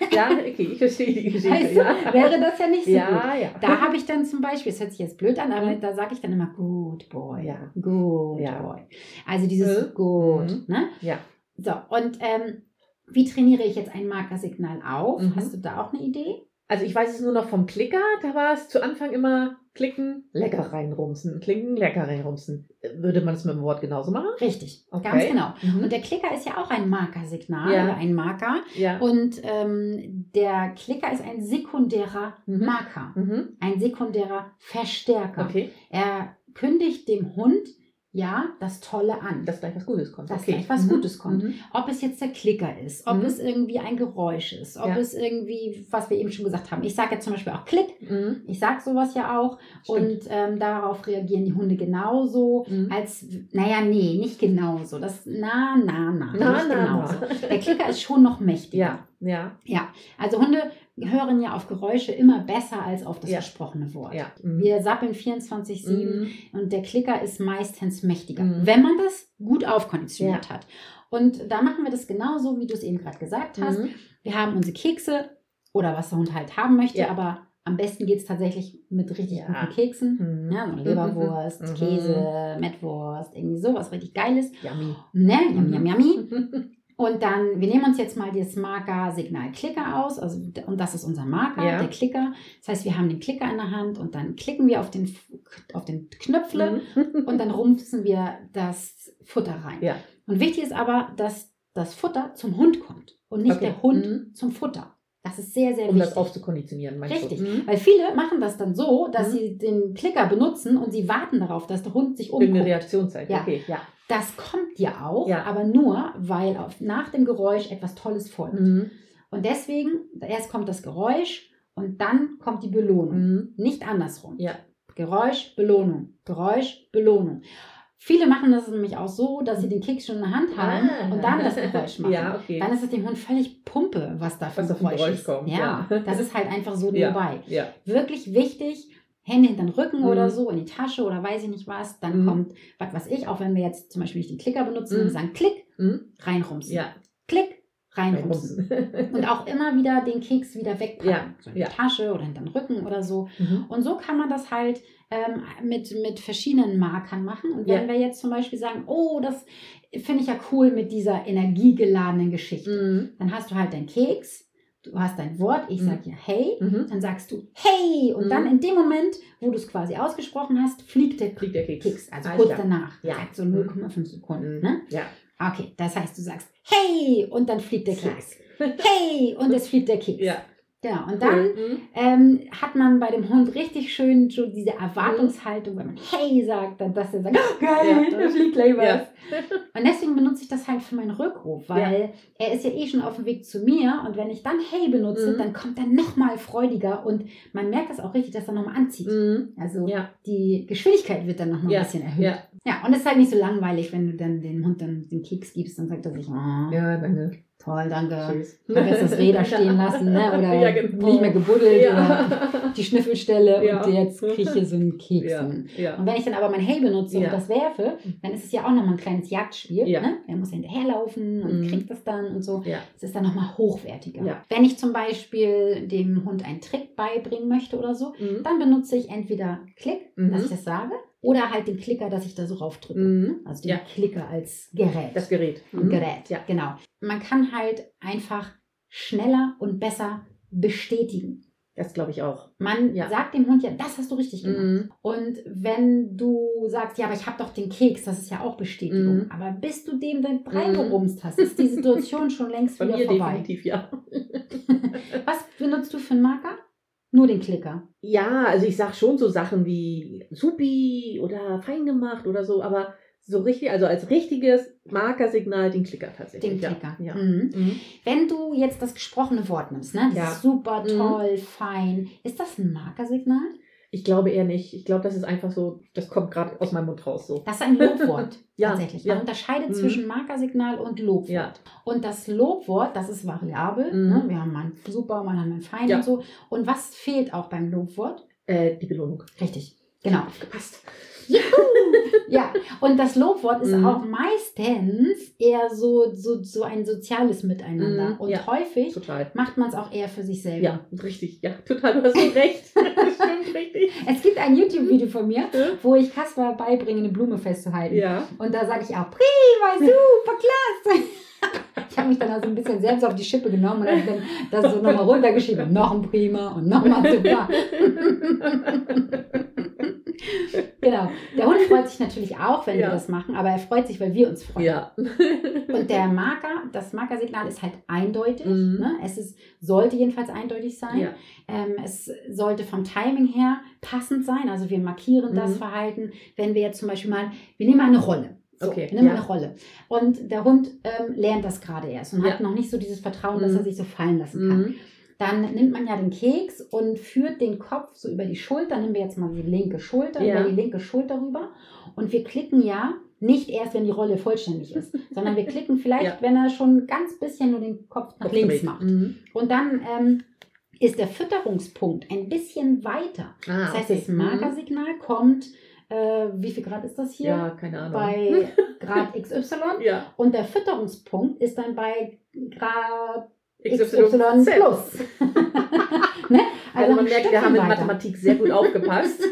Speaker 2: ja, okay, ich verstehe die Geschichte.
Speaker 1: Weißt du,
Speaker 2: ja.
Speaker 1: wäre das ja nicht so gut.
Speaker 2: ja, ja.
Speaker 1: Da habe ich dann zum Beispiel, es hört sich jetzt blöd an, aber
Speaker 2: Mhm.
Speaker 1: da sage ich dann immer Good Boy,
Speaker 2: Ja.
Speaker 1: Good
Speaker 2: Ja.
Speaker 1: Boy. Also dieses
Speaker 2: Mhm.
Speaker 1: Good.
Speaker 2: Mhm.
Speaker 1: Ne?
Speaker 2: Ja.
Speaker 1: So, und ähm, wie trainiere ich jetzt ein Markersignal auf?
Speaker 2: Mhm.
Speaker 1: Hast du da auch eine Idee?
Speaker 2: Also ich weiß es nur noch vom Klicker, da war es zu Anfang immer klicken, lecker reinrumsen, klicken, lecker reinrumsen. Würde man es mit dem Wort genauso machen?
Speaker 1: Richtig,
Speaker 2: Okay.
Speaker 1: ganz genau.
Speaker 2: Mhm.
Speaker 1: Und der Klicker ist ja auch ein Markersignal
Speaker 2: Ja.
Speaker 1: oder ein Marker.
Speaker 2: ja.
Speaker 1: Und ähm, der Klicker ist ein sekundärer
Speaker 2: Mhm.
Speaker 1: Marker,
Speaker 2: Mhm.
Speaker 1: ein sekundärer Verstärker.
Speaker 2: Okay,
Speaker 1: Er kündigt dem Hund ja das Tolle an.
Speaker 2: dass gleich was Gutes kommt.
Speaker 1: Dass
Speaker 2: okay.
Speaker 1: gleich was Gutes kommt.
Speaker 2: Mhm.
Speaker 1: ob es jetzt der Klicker ist, ob
Speaker 2: Mhm.
Speaker 1: es irgendwie ein Geräusch ist, ob
Speaker 2: Ja.
Speaker 1: es irgendwie, was wir eben schon gesagt haben. Ich sage jetzt zum Beispiel auch Klick,
Speaker 2: Mhm.
Speaker 1: ich sage sowas ja auch
Speaker 2: Stimmt.
Speaker 1: und also ähm, darauf reagieren die Hunde genauso.
Speaker 2: Mhm.
Speaker 1: Als, naja, nee, nicht genauso. Das, na, na, na,
Speaker 2: na,
Speaker 1: nicht
Speaker 2: na,
Speaker 1: genauso.
Speaker 2: na.
Speaker 1: Der Klicker ist schon noch mächtiger.
Speaker 2: Ja, ja.
Speaker 1: Also Hunde hören ja auf Geräusche immer besser als auf das
Speaker 2: Ja.
Speaker 1: gesprochene Wort.
Speaker 2: Ja.
Speaker 1: Wir sappeln 24-7
Speaker 2: Mhm.
Speaker 1: und der Klicker ist meistens mächtiger,
Speaker 2: Mhm.
Speaker 1: wenn man das gut aufkonditioniert hat. Und da machen wir das genauso, wie du es eben gerade gesagt hast.
Speaker 2: Mhm.
Speaker 1: Wir haben unsere Kekse oder was der Hund halt haben möchte,
Speaker 2: Ja.
Speaker 1: aber am besten geht es tatsächlich mit richtig
Speaker 2: Ja.
Speaker 1: guten Keksen.
Speaker 2: Mhm.
Speaker 1: Ja, so Leberwurst,
Speaker 2: Mhm.
Speaker 1: Käse, Mettwurst, irgendwie sowas richtig Geiles.
Speaker 2: Yummy.
Speaker 1: Ne? Yum,
Speaker 2: Mhm.
Speaker 1: yum, yummy. Und dann, wir nehmen uns jetzt mal das Marker-Signal-Klicker aus. Also, und das ist unser Marker,
Speaker 2: Ja.
Speaker 1: der Klicker. Das heißt, wir haben den Klicker in der Hand und dann klicken wir auf den, F- auf den Knöpfle
Speaker 2: Mhm.
Speaker 1: und dann rumpfen wir das Futter rein.
Speaker 2: Ja.
Speaker 1: Und wichtig ist aber, dass das Futter zum Hund kommt und nicht
Speaker 2: Okay.
Speaker 1: der Hund
Speaker 2: Mhm.
Speaker 1: zum Futter. Das ist sehr, sehr
Speaker 2: Um das
Speaker 1: wichtig.
Speaker 2: aufzukonditionieren, meinst
Speaker 1: Richtig.
Speaker 2: du? Mhm.
Speaker 1: Weil viele machen das dann so, dass
Speaker 2: Mhm.
Speaker 1: sie den Klicker benutzen und sie warten darauf, dass der Hund sich
Speaker 2: Wegen der
Speaker 1: umguckt.
Speaker 2: Reaktionszeit.
Speaker 1: Ja.
Speaker 2: Okay, ja.
Speaker 1: Das kommt ja auch,
Speaker 2: Ja.
Speaker 1: aber nur, weil auf, nach dem Geräusch etwas Tolles folgt.
Speaker 2: Mhm.
Speaker 1: Und deswegen, erst kommt das Geräusch und dann kommt die Belohnung.
Speaker 2: Mhm.
Speaker 1: Nicht andersrum.
Speaker 2: Ja.
Speaker 1: Geräusch, Belohnung. Geräusch, Belohnung. Viele machen das nämlich auch so, dass sie den Keks schon in der Hand haben
Speaker 2: Ah.
Speaker 1: und dann das Geräusch machen.
Speaker 2: Ja, okay.
Speaker 1: Dann ist es dem Hund völlig Pumpe, was da für
Speaker 2: Was
Speaker 1: ein
Speaker 2: auf dem
Speaker 1: Geräusch,
Speaker 2: Geräusch
Speaker 1: ist.
Speaker 2: kommt,
Speaker 1: Ja,
Speaker 2: ja.
Speaker 1: das ist halt einfach so
Speaker 2: Ja.
Speaker 1: nebenbei.
Speaker 2: ja.
Speaker 1: Wirklich wichtig, Hände hinter den Rücken
Speaker 2: Mhm.
Speaker 1: oder so, in die Tasche oder weiß ich nicht was. Dann
Speaker 2: Mhm.
Speaker 1: kommt, was weiß ich, auch wenn wir jetzt zum Beispiel nicht den Klicker benutzen,
Speaker 2: Mhm.
Speaker 1: wir sagen Klick,
Speaker 2: Mhm.
Speaker 1: reinrumsen.
Speaker 2: Ja.
Speaker 1: Klick, reinrumsen. Und auch immer wieder den Keks wieder wegpacken.
Speaker 2: Ja,
Speaker 1: So in die
Speaker 2: ja.
Speaker 1: Tasche oder hinter den Rücken oder so.
Speaker 2: Mhm.
Speaker 1: Und so kann man das halt ähm, mit, mit verschiedenen Markern machen. Und wenn wir jetzt zum Beispiel sagen, oh, das finde ich ja cool mit dieser energiegeladenen Geschichte,
Speaker 2: Mhm.
Speaker 1: dann hast du halt deinen Keks, du hast dein Wort, ich
Speaker 2: Mhm.
Speaker 1: sage ja hey,
Speaker 2: Mhm.
Speaker 1: dann sagst du hey und
Speaker 2: Mhm.
Speaker 1: dann in dem Moment, wo du es quasi ausgesprochen hast, fliegt der
Speaker 2: Kriegt der Keks.
Speaker 1: Keks, also
Speaker 2: Ah,
Speaker 1: kurz
Speaker 2: ja.
Speaker 1: danach,
Speaker 2: Ja.
Speaker 1: sagt so 0,5 Sekunden.
Speaker 2: Mhm.
Speaker 1: Ne?
Speaker 2: Ja.
Speaker 1: Okay, das heißt, du sagst hey und dann fliegt der
Speaker 2: Zack.
Speaker 1: Keks. Hey und es fliegt der Keks.
Speaker 2: Ja.
Speaker 1: Genau, und dann
Speaker 2: Mhm.
Speaker 1: ähm, hat man bei dem Hund richtig schön so diese Erwartungshaltung, wenn man Hey sagt, dann dass er sagt, oh, geil,
Speaker 2: Ja.
Speaker 1: da fliegt gleich was.
Speaker 2: Ja.
Speaker 1: Und deswegen benutze ich das halt für meinen Rückruf, weil er ist ja eh schon auf dem Weg zu mir und wenn ich dann Hey benutze,
Speaker 2: Mhm.
Speaker 1: dann kommt er nochmal freudiger und man merkt das auch richtig, dass er nochmal anzieht.
Speaker 2: Mhm.
Speaker 1: Also
Speaker 2: Ja.
Speaker 1: die Geschwindigkeit wird dann nochmal
Speaker 2: Ja.
Speaker 1: ein bisschen erhöht.
Speaker 2: Ja.
Speaker 1: Ja, und es ist halt nicht so langweilig, wenn du dann dem Hund dann den Keks gibst, dann sagt er sich, oh,
Speaker 2: Ja, danke.
Speaker 1: toll, danke.
Speaker 2: Tschüss.
Speaker 1: Ich habe jetzt das Räder stehen lassen ne? oder
Speaker 2: Ja, genau.
Speaker 1: nicht mehr gebuddelt oder
Speaker 2: Ja.
Speaker 1: die Schnüffelstelle
Speaker 2: Ja.
Speaker 1: und jetzt kriege ich hier so einen Keks.
Speaker 2: Ja.
Speaker 1: Und
Speaker 2: Ja.
Speaker 1: wenn ich dann aber mein Hey benutze
Speaker 2: Ja.
Speaker 1: und das werfe, dann ist es ja auch nochmal ein kleines Jagdspiel.
Speaker 2: Ja.
Speaker 1: Ne? Er muss hinterherlaufen und
Speaker 2: Mhm.
Speaker 1: kriegt das dann und so.
Speaker 2: Ja.
Speaker 1: Es ist dann nochmal hochwertiger.
Speaker 2: Ja.
Speaker 1: Wenn ich zum Beispiel dem Hund einen Trick beibringen möchte oder so,
Speaker 2: Mhm.
Speaker 1: dann benutze ich entweder Klick,
Speaker 2: Mhm.
Speaker 1: dass ich das sage, oder halt den Klicker, dass ich da so raufdrücke.
Speaker 2: Mhm.
Speaker 1: Also den
Speaker 2: Ja.
Speaker 1: Klicker als Gerät.
Speaker 2: Das Gerät. Mhm.
Speaker 1: Am Gerät.
Speaker 2: Ja.
Speaker 1: Genau. Man kann halt einfach schneller und besser bestätigen.
Speaker 2: Das glaube ich auch.
Speaker 1: Man
Speaker 2: Ja.
Speaker 1: sagt dem Hund ja, das hast du richtig gemacht.
Speaker 2: Mhm.
Speaker 1: Und wenn du sagst, ja, aber ich habe doch den Keks, das ist ja auch Bestätigung.
Speaker 2: Mhm.
Speaker 1: Aber bis du dem dann reingerumst hast, ist die Situation schon längst
Speaker 2: Bei
Speaker 1: wieder
Speaker 2: mir
Speaker 1: vorbei.
Speaker 2: definitiv, ja.
Speaker 1: Was benutzt du für einen Marker? Nur den Klicker.
Speaker 2: Ja, also ich sag schon so Sachen wie supi oder fein gemacht oder so, aber so richtig, also als richtiges Markersignal den Klicker
Speaker 1: Den
Speaker 2: tatsächlich. ja.
Speaker 1: Klicker.
Speaker 2: Ja.
Speaker 1: Mhm.
Speaker 2: Mhm.
Speaker 1: Wenn du jetzt das gesprochene Wort nimmst, ne? Das
Speaker 2: Ja.
Speaker 1: ist super
Speaker 2: Mhm.
Speaker 1: toll, fein. Ist das ein Markersignal?
Speaker 2: Ich glaube eher nicht. Ich glaube, das ist einfach so, das kommt gerade aus meinem Mund raus so.
Speaker 1: Das ist ein Lobwort.
Speaker 2: Ja,
Speaker 1: tatsächlich. ne? Man
Speaker 2: ja.
Speaker 1: unterscheidet
Speaker 2: Mhm.
Speaker 1: zwischen Markersignal und Lobwort.
Speaker 2: Ja.
Speaker 1: Und das Lobwort, das ist variabel.
Speaker 2: Mhm.
Speaker 1: Ne? Wir haben mal ein super, mal haben wir ein fein
Speaker 2: Ja.
Speaker 1: und so. Und was fehlt auch beim Lobwort?
Speaker 2: Äh, die Belohnung.
Speaker 1: Richtig. Genau.
Speaker 2: Gepasst.
Speaker 1: Ja. Und das Lobwort ist
Speaker 2: Mhm.
Speaker 1: auch meistens eher so, so, so ein soziales Miteinander.
Speaker 2: Mhm,
Speaker 1: Und
Speaker 2: ja.
Speaker 1: häufig
Speaker 2: Total.
Speaker 1: macht man es auch eher für sich selber.
Speaker 2: Ja, richtig. Ja, total. Du hast so recht. Das stimmt richtig.
Speaker 1: Es gibt ein YouTube-Video von mir, wo ich Kasper beibringe, eine Blume festzuhalten.
Speaker 2: Ja.
Speaker 1: Und da sage ich auch, prima, super, klasse. Ich habe mich dann also ein bisschen selbst auf die Schippe genommen und hab dann das so nochmal runtergeschrieben. Noch ein Prima und nochmal super. Genau. Der Hund freut sich natürlich auch, wenn
Speaker 2: Ja.
Speaker 1: wir das machen, aber er freut sich, weil wir uns freuen.
Speaker 2: Ja.
Speaker 1: Und der Marker, das Markersignal ist halt eindeutig.
Speaker 2: Mhm.
Speaker 1: Ne? Es ist, sollte jedenfalls eindeutig sein.
Speaker 2: Ja.
Speaker 1: Ähm, es sollte vom Timing her passend sein. Also wir markieren das
Speaker 2: Mhm.
Speaker 1: Verhalten, wenn wir jetzt zum Beispiel mal, wir nehmen mal eine Rolle. So,
Speaker 2: Okay,
Speaker 1: Wir nehmen
Speaker 2: ja.
Speaker 1: eine Rolle. Und der Hund ähm, lernt das gerade erst und
Speaker 2: Ja.
Speaker 1: hat noch nicht so dieses Vertrauen, dass
Speaker 2: Mhm.
Speaker 1: er sich so fallen lassen kann.
Speaker 2: Mhm.
Speaker 1: Dann nimmt man ja den Keks und führt den Kopf so über die Schulter. Nehmen wir jetzt mal die linke Schulter,
Speaker 2: Ja.
Speaker 1: über die linke Schulter rüber. Und wir klicken ja nicht erst, wenn die Rolle vollständig ist, sondern wir klicken vielleicht,
Speaker 2: Ja.
Speaker 1: wenn er schon ganz bisschen nur den Kopf nach links
Speaker 2: Kopfdreh.
Speaker 1: macht.
Speaker 2: Mhm.
Speaker 1: Und dann ähm, ist der Fütterungspunkt ein bisschen weiter.
Speaker 2: Ah,
Speaker 1: Das heißt,
Speaker 2: okay.
Speaker 1: das Markersignal kommt, äh, wie viel Grad ist das hier?
Speaker 2: Ja, genau. keine Ahnung.
Speaker 1: Bei Grad XY.
Speaker 2: ja,
Speaker 1: Und der Fütterungspunkt ist dann bei Grad XY
Speaker 2: XY
Speaker 1: plus. ne?
Speaker 2: Also, man
Speaker 1: ein
Speaker 2: merkt, wir
Speaker 1: Stückchen
Speaker 2: haben mit
Speaker 1: weiter.
Speaker 2: Mathematik sehr gut aufgepasst.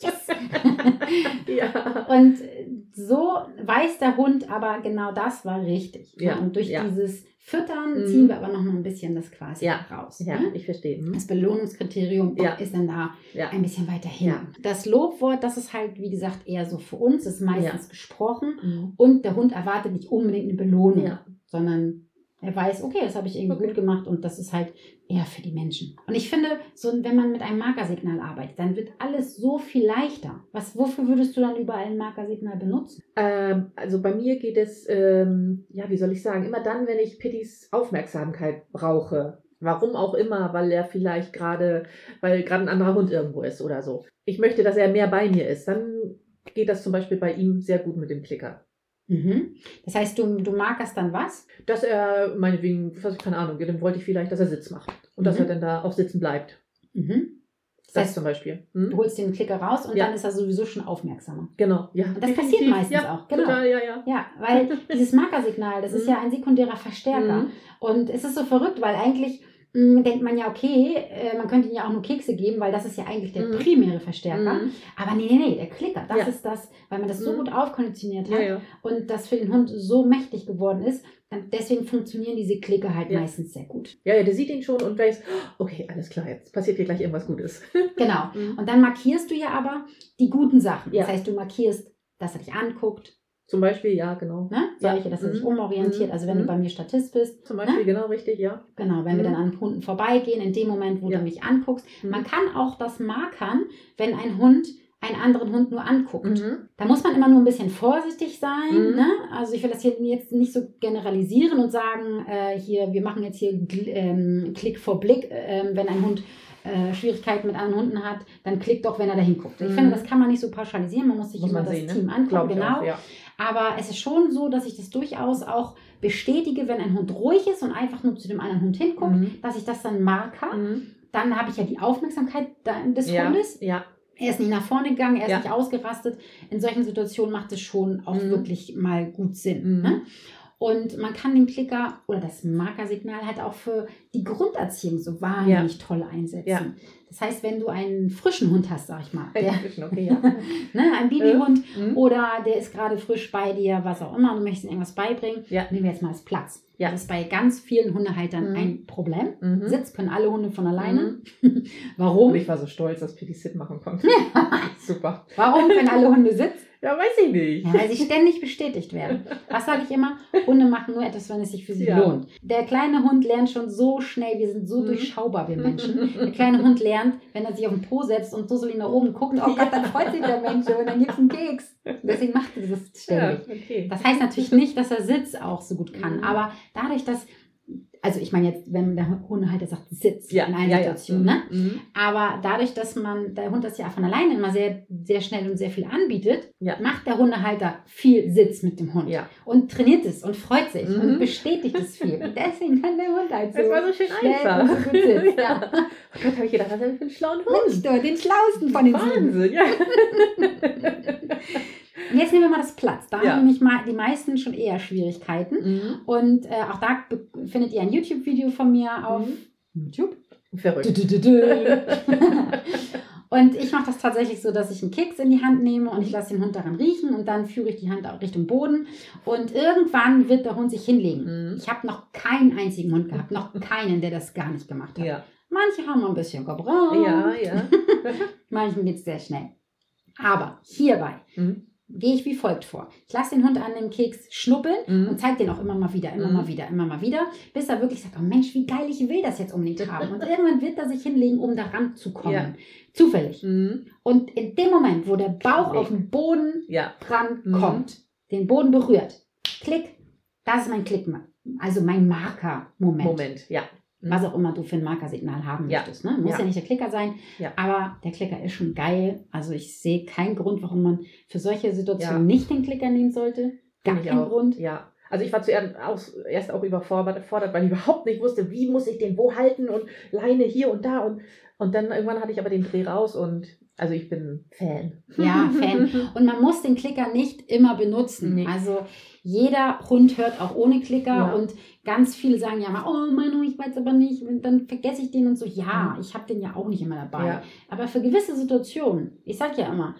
Speaker 1: Yes.
Speaker 2: ja.
Speaker 1: Und äh, so weiß der Hund aber genau das war richtig. ne?
Speaker 2: Ja,
Speaker 1: Und durch
Speaker 2: ja.
Speaker 1: dieses Füttern
Speaker 2: Mhm.
Speaker 1: ziehen wir aber noch mal ein bisschen das quasi
Speaker 2: Ja,
Speaker 1: raus.
Speaker 2: ja,
Speaker 1: ne?
Speaker 2: ich verstehe. Hm?
Speaker 1: Das Belohnungskriterium
Speaker 2: Ja.
Speaker 1: ist dann da
Speaker 2: Ja.
Speaker 1: ein bisschen weiter hin.
Speaker 2: Ja.
Speaker 1: Das Lobwort, das ist halt, wie gesagt, eher so für uns, ist meistens gesprochen.
Speaker 2: Mhm.
Speaker 1: Und der Hund erwartet nicht unbedingt eine Belohnung,
Speaker 2: Ja.
Speaker 1: sondern er weiß, okay, das habe ich irgendwie
Speaker 2: Okay.
Speaker 1: gut gemacht und das ist halt eher für die Menschen. Und ich finde, so, wenn man mit einem Markersignal arbeitet, dann wird alles so viel leichter. Was, wofür würdest du dann überall ein Markersignal benutzen?
Speaker 2: Ähm, also bei mir geht es, ähm, ja, wie soll ich sagen, immer dann, wenn ich Pittys Aufmerksamkeit brauche. Warum auch immer, weil er vielleicht gerade, weil gerade ein anderer Hund irgendwo ist oder so. Ich möchte, dass er mehr bei mir ist. Dann geht das zum Beispiel bei ihm sehr gut mit dem Klicker.
Speaker 1: Mhm. Das heißt, du, du markerst dann was?
Speaker 2: Dass er, meinetwegen, was ich keine Ahnung, dann wollte ich vielleicht, dass er Sitz macht. Und dass
Speaker 1: Mhm.
Speaker 2: er dann da auch sitzen bleibt.
Speaker 1: Mhm.
Speaker 2: Das
Speaker 1: heißt,
Speaker 2: zum Beispiel.
Speaker 1: Du
Speaker 2: Hm?
Speaker 1: holst den Klicker raus und
Speaker 2: Ja.
Speaker 1: dann ist er sowieso schon aufmerksamer.
Speaker 2: Genau, ja.
Speaker 1: Und das
Speaker 2: Definitiv.
Speaker 1: passiert meistens
Speaker 2: ja,
Speaker 1: auch, genau.
Speaker 2: Total, ja, ja.
Speaker 1: Ja, weil dieses Markersignal, das ist
Speaker 2: Mhm.
Speaker 1: ja ein sekundärer Verstärker.
Speaker 2: Mhm.
Speaker 1: Und es ist so verrückt, weil eigentlich mh, denkt man ja, okay, äh, man könnte ihm ja auch nur Kekse geben, weil das ist ja eigentlich der
Speaker 2: Mhm.
Speaker 1: primäre Verstärker.
Speaker 2: Mhm.
Speaker 1: Aber nee, nee, nee, der Klicker, das
Speaker 2: Ja.
Speaker 1: ist das, weil man das so
Speaker 2: Mhm.
Speaker 1: gut aufkonditioniert
Speaker 2: Ja,
Speaker 1: hat
Speaker 2: ja.
Speaker 1: und das für den Hund so mächtig geworden ist. dann- Deswegen funktionieren diese Klicker halt
Speaker 2: Ja.
Speaker 1: meistens sehr gut.
Speaker 2: Ja, ja, der sieht ihn schon und weiß, okay, alles klar, jetzt passiert hier gleich irgendwas Gutes.
Speaker 1: Genau. Und dann markierst du ja aber die guten Sachen.
Speaker 2: Ja.
Speaker 1: Das heißt, du markierst, dass er dich anguckt,
Speaker 2: Zum Beispiel, ja, genau.
Speaker 1: ne? solche, dass er
Speaker 2: Mhm.
Speaker 1: sich umorientiert. Also wenn du
Speaker 2: Mhm.
Speaker 1: bei mir Statist bist,
Speaker 2: Zum Beispiel, genau, richtig, ja.
Speaker 1: genau, wenn wir
Speaker 2: Mhm.
Speaker 1: dann an Hunden vorbeigehen, in dem Moment, wo
Speaker 2: Ja.
Speaker 1: du mich anguckst,
Speaker 2: Mhm.
Speaker 1: Man kann auch das markern, wenn ein Hund einen anderen Hund nur anguckt.
Speaker 2: Mhm.
Speaker 1: Da muss man immer nur ein bisschen vorsichtig sein.
Speaker 2: Mhm.
Speaker 1: Ne? Also ich will das hier jetzt nicht so generalisieren und sagen, äh, hier, wir machen jetzt hier Gl- ähm, Klick vor Blick, ähm, wenn ein Hund äh, Schwierigkeiten mit anderen Hunden hat, dann klickt doch, wenn er da hinguckt. Ich
Speaker 2: Mhm.
Speaker 1: finde, das kann man nicht so pauschalisieren, man muss sich
Speaker 2: Muss
Speaker 1: immer
Speaker 2: man
Speaker 1: das
Speaker 2: sehen, ne?
Speaker 1: Team angucken.
Speaker 2: Glaube ich
Speaker 1: Genau.
Speaker 2: auch, ja.
Speaker 1: Aber es ist schon so, dass ich das durchaus auch bestätige, wenn ein Hund ruhig ist und einfach nur zu dem anderen Hund hinguckt,
Speaker 2: Mhm.
Speaker 1: dass ich das dann marker
Speaker 2: Mhm.
Speaker 1: dann habe ich ja die Aufmerksamkeit da- des
Speaker 2: ja.
Speaker 1: Hundes.
Speaker 2: Ja.
Speaker 1: Er ist nicht nach vorne gegangen, er ist
Speaker 2: Ja.
Speaker 1: nicht ausgerastet. In solchen Situationen macht es schon auch
Speaker 2: Mhm.
Speaker 1: wirklich mal gut Sinn.
Speaker 2: Mhm.
Speaker 1: Ne? Und man kann den Klicker oder das Markersignal halt auch für die Grunderziehung so wahnsinnig toll einsetzen.
Speaker 2: Ja.
Speaker 1: Das heißt, wenn du einen frischen Hund hast, sag ich mal, der, Oh,
Speaker 2: Inzwischen, okay, ja.
Speaker 1: ne, ein Babyhund
Speaker 2: Mhm.
Speaker 1: oder der ist gerade frisch bei dir, was auch immer, du möchtest ihm irgendwas beibringen,
Speaker 2: Ja.
Speaker 1: nehmen wir jetzt mal das Platz.
Speaker 2: Ja.
Speaker 1: Das ist bei ganz vielen Hundehaltern
Speaker 2: Mhm.
Speaker 1: ein Problem.
Speaker 2: Mhm.
Speaker 1: Sitz können alle Hunde von alleine.
Speaker 2: Und
Speaker 1: Warum?
Speaker 2: ich war so stolz, dass Pitti Sit machen konnte. Super.
Speaker 1: Warum können alle Hunde sitzen?
Speaker 2: Ja, weiß ich nicht.
Speaker 1: Ja, weil sie ständig bestätigt werden. Was sage ich immer? Hunde machen nur etwas, wenn es sich für sie
Speaker 2: Ja.
Speaker 1: lohnt. Der kleine Hund lernt schon so schnell, wir sind so
Speaker 2: Mhm.
Speaker 1: durchschaubar, wir Menschen. Der kleine Hund lernt, wenn er sich auf den Po setzt und so nach oben guckt, oh Gott, dann freut sich der Mensch und dann gibt es einen Keks. Deswegen macht er das
Speaker 2: Ja,
Speaker 1: ständig.
Speaker 2: okay.
Speaker 1: Das heißt natürlich nicht, dass er Sitz auch so gut kann,
Speaker 2: Mhm.
Speaker 1: aber dadurch, dass, also ich meine jetzt, wenn der Hund halt sagt, Sitz
Speaker 2: ja,
Speaker 1: in einer
Speaker 2: ja,
Speaker 1: Situation,
Speaker 2: ja.
Speaker 1: ne?
Speaker 2: Mhm. Mhm.
Speaker 1: Aber dadurch, dass man der Hund das ja von alleine immer sehr, sehr schnell und sehr viel anbietet,
Speaker 2: Ja.
Speaker 1: macht der Hundehalter viel Sitz mit dem Hund
Speaker 2: Ja.
Speaker 1: und trainiert es und freut sich
Speaker 2: Mhm.
Speaker 1: und bestätigt es viel. Und deswegen kann der Hund halt so.
Speaker 2: Das war so schön
Speaker 1: schnell
Speaker 2: einfach.
Speaker 1: und so gut sitzt, ja.
Speaker 2: Oh Gott, habe ich gedacht, was habe ich für einen schlauen Hund?
Speaker 1: Mensch, du, den schlausten von den sieben.
Speaker 2: Wahnsinn, ja.
Speaker 1: Und jetzt nehmen wir mal das Platz. Da
Speaker 2: Ja.
Speaker 1: haben nämlich mal die meisten schon eher Schwierigkeiten.
Speaker 2: Mhm.
Speaker 1: Und äh, auch da be- findet ihr ein YouTube-Video von mir auf YouTube.
Speaker 2: Mhm. Verrückt.
Speaker 1: Und ich mache das tatsächlich so, dass ich einen Keks in die Hand nehme und ich lasse den Hund daran riechen und dann führe ich die Hand auch Richtung Boden und irgendwann wird der Hund sich hinlegen.
Speaker 2: Mhm.
Speaker 1: Ich habe noch keinen einzigen Hund gehabt, noch keinen, der das gar nicht gemacht hat.
Speaker 2: Ja.
Speaker 1: Manche haben ein bisschen Cabral,
Speaker 2: Ja, ja.
Speaker 1: manchen geht es sehr schnell. Aber hierbei
Speaker 2: Mhm.
Speaker 1: gehe ich wie folgt vor. Ich lasse den Hund an dem Keks schnuppeln und
Speaker 2: Mhm.
Speaker 1: zeigt den auch immer mal wieder, immer
Speaker 2: Mhm.
Speaker 1: mal wieder, immer mal wieder, bis er wirklich sagt, oh Mensch, wie geil, ich will das jetzt unbedingt haben. Und irgendwann wird er sich hinlegen, um da ranzukommen.
Speaker 2: Ja.
Speaker 1: Zufällig.
Speaker 2: Mhm.
Speaker 1: Und in dem Moment, wo der Bauch
Speaker 2: Klick.
Speaker 1: auf den Boden
Speaker 2: Ja.
Speaker 1: rankommt,
Speaker 2: Mhm.
Speaker 1: den Boden berührt, klick, das ist mein Klick, also mein Marker-Moment.
Speaker 2: Moment, ja.
Speaker 1: Was auch immer du für ein Markersignal haben
Speaker 2: Ja.
Speaker 1: möchtest. Ne? Muss ja.
Speaker 2: Ja.
Speaker 1: nicht der Klicker sein,
Speaker 2: Ja.
Speaker 1: aber der Klicker ist schon geil. Also ich sehe keinen Grund, warum man für solche Situationen
Speaker 2: Ja.
Speaker 1: nicht den Klicker nehmen sollte. Gar
Speaker 2: Finde ich
Speaker 1: keinen
Speaker 2: auch.
Speaker 1: Grund.
Speaker 2: Ja. Also ich war zuerst auch, erst auch überfordert, überfordert, weil ich überhaupt nicht wusste, wie muss ich den wo halten und Leine hier und da und, und dann irgendwann hatte ich aber den Dreh raus und also ich bin Fan.
Speaker 1: Ja, Fan. Und man muss den Klicker nicht immer benutzen.
Speaker 2: Nee.
Speaker 1: Also jeder Hund hört auch ohne Klicker
Speaker 2: Ja.
Speaker 1: und ganz viele sagen ja mal, oh Manu, ich weiß aber nicht, und dann vergesse ich den und so. Ja, ich habe den ja auch nicht immer dabei.
Speaker 2: Mhm. Ja.
Speaker 1: Aber für gewisse Situationen, ich sag ja immer,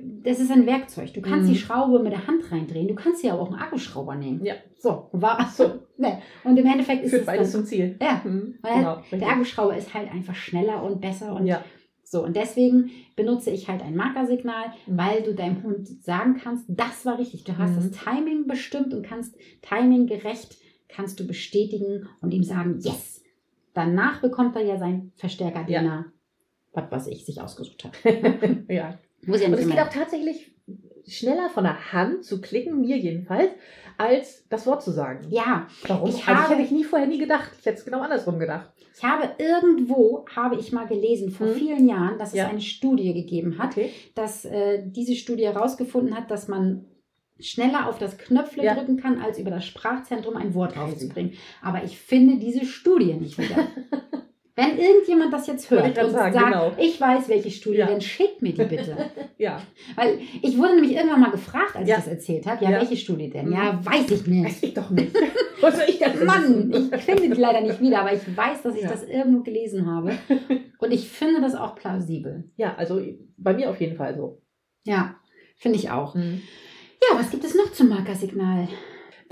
Speaker 1: das ist ein Werkzeug. Du kannst
Speaker 2: Mhm.
Speaker 1: die Schraube mit der Hand reindrehen. Du kannst ja aber auch einen Akkuschrauber nehmen.
Speaker 2: Ja.
Speaker 1: So, war
Speaker 2: So.
Speaker 1: Ne. Und im Endeffekt ist
Speaker 2: Führt
Speaker 1: es
Speaker 2: beides
Speaker 1: dann,
Speaker 2: zum Ziel.
Speaker 1: ja,
Speaker 2: Mhm.
Speaker 1: Weil
Speaker 2: Genau,
Speaker 1: der
Speaker 2: richtig.
Speaker 1: Akkuschrauber ist halt einfach schneller und besser und
Speaker 2: ja.
Speaker 1: so, und deswegen benutze ich halt ein Markersignal,
Speaker 2: Mhm.
Speaker 1: weil du deinem Hund sagen kannst, das war richtig. Du hast
Speaker 2: Mhm.
Speaker 1: das Timing bestimmt und kannst timinggerecht kannst du bestätigen und ihm sagen, yes. Danach bekommt er ja seinen Verstärker, den er, was weiß ich, sich ausgesucht hat.
Speaker 2: ja.
Speaker 1: Muss ja
Speaker 2: Und
Speaker 1: nicht
Speaker 2: es geht
Speaker 1: immer.
Speaker 2: auch tatsächlich schneller von der Hand zu klicken, mir jedenfalls, als das Wort zu sagen.
Speaker 1: Ja,
Speaker 2: Warum?
Speaker 1: Ich
Speaker 2: Ich also ich
Speaker 1: habe-
Speaker 2: hätte ich nie vorher nie gedacht. Ich hätte es genau andersrum gedacht.
Speaker 1: ich habe irgendwo, habe ich mal gelesen, vor
Speaker 2: Mhm.
Speaker 1: vielen Jahren, dass es
Speaker 2: Ja.
Speaker 1: eine Studie gegeben hat,
Speaker 2: Okay.
Speaker 1: dass äh, diese Studie herausgefunden hat, dass man schneller auf das Knöpfle
Speaker 2: Ja.
Speaker 1: drücken kann, als über das Sprachzentrum ein Wort rauszubringen. Aber ich finde diese Studie nicht wieder. Wenn irgendjemand das jetzt
Speaker 2: Wollte
Speaker 1: hört
Speaker 2: ich grad
Speaker 1: und
Speaker 2: sagen,
Speaker 1: sagt,
Speaker 2: genau.
Speaker 1: ich weiß, welche Studie,
Speaker 2: Ja.
Speaker 1: dann schickt mir die bitte.
Speaker 2: Ja.
Speaker 1: Weil ich wurde nämlich irgendwann mal gefragt, als
Speaker 2: Ja.
Speaker 1: ich das erzählt habe, ja,
Speaker 2: Ja.
Speaker 1: welche Studie denn?
Speaker 2: Mhm.
Speaker 1: Ja, weiß ich nicht.
Speaker 2: Weiß ich doch nicht. Was soll ich denn
Speaker 1: Mann,
Speaker 2: wissen?
Speaker 1: ich finde die leider nicht wieder, aber ich weiß, dass ich
Speaker 2: Ja.
Speaker 1: das irgendwo gelesen habe. Und ich finde das auch plausibel.
Speaker 2: Ja, also bei mir auf jeden Fall so.
Speaker 1: Ja, finde ich auch. Ja, was gibt es noch zum Markersignal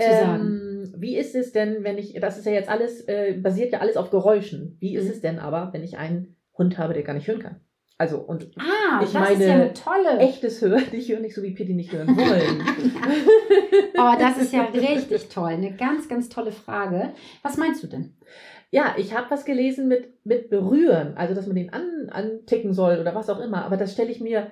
Speaker 1: zu sagen?
Speaker 2: Ähm, wie ist es denn, wenn ich, das ist ja jetzt alles, äh, basiert ja alles auf Geräuschen. Wie ist
Speaker 1: Mhm.
Speaker 2: es denn aber, wenn ich einen Hund habe, der gar nicht hören kann? Also, und
Speaker 1: Ah,
Speaker 2: ich
Speaker 1: das ist
Speaker 2: meine,
Speaker 1: ja eine tolle.
Speaker 2: echtes Hören, nicht hören, nicht so wie Pitti nicht hören wollen.
Speaker 1: Oh, das ist ja richtig toll. Eine ganz, ganz tolle Frage. Was meinst du denn?
Speaker 2: ja, ich habe was gelesen mit, mit Berühren, also dass man den an, anticken soll oder was auch immer, aber das stelle ich mir,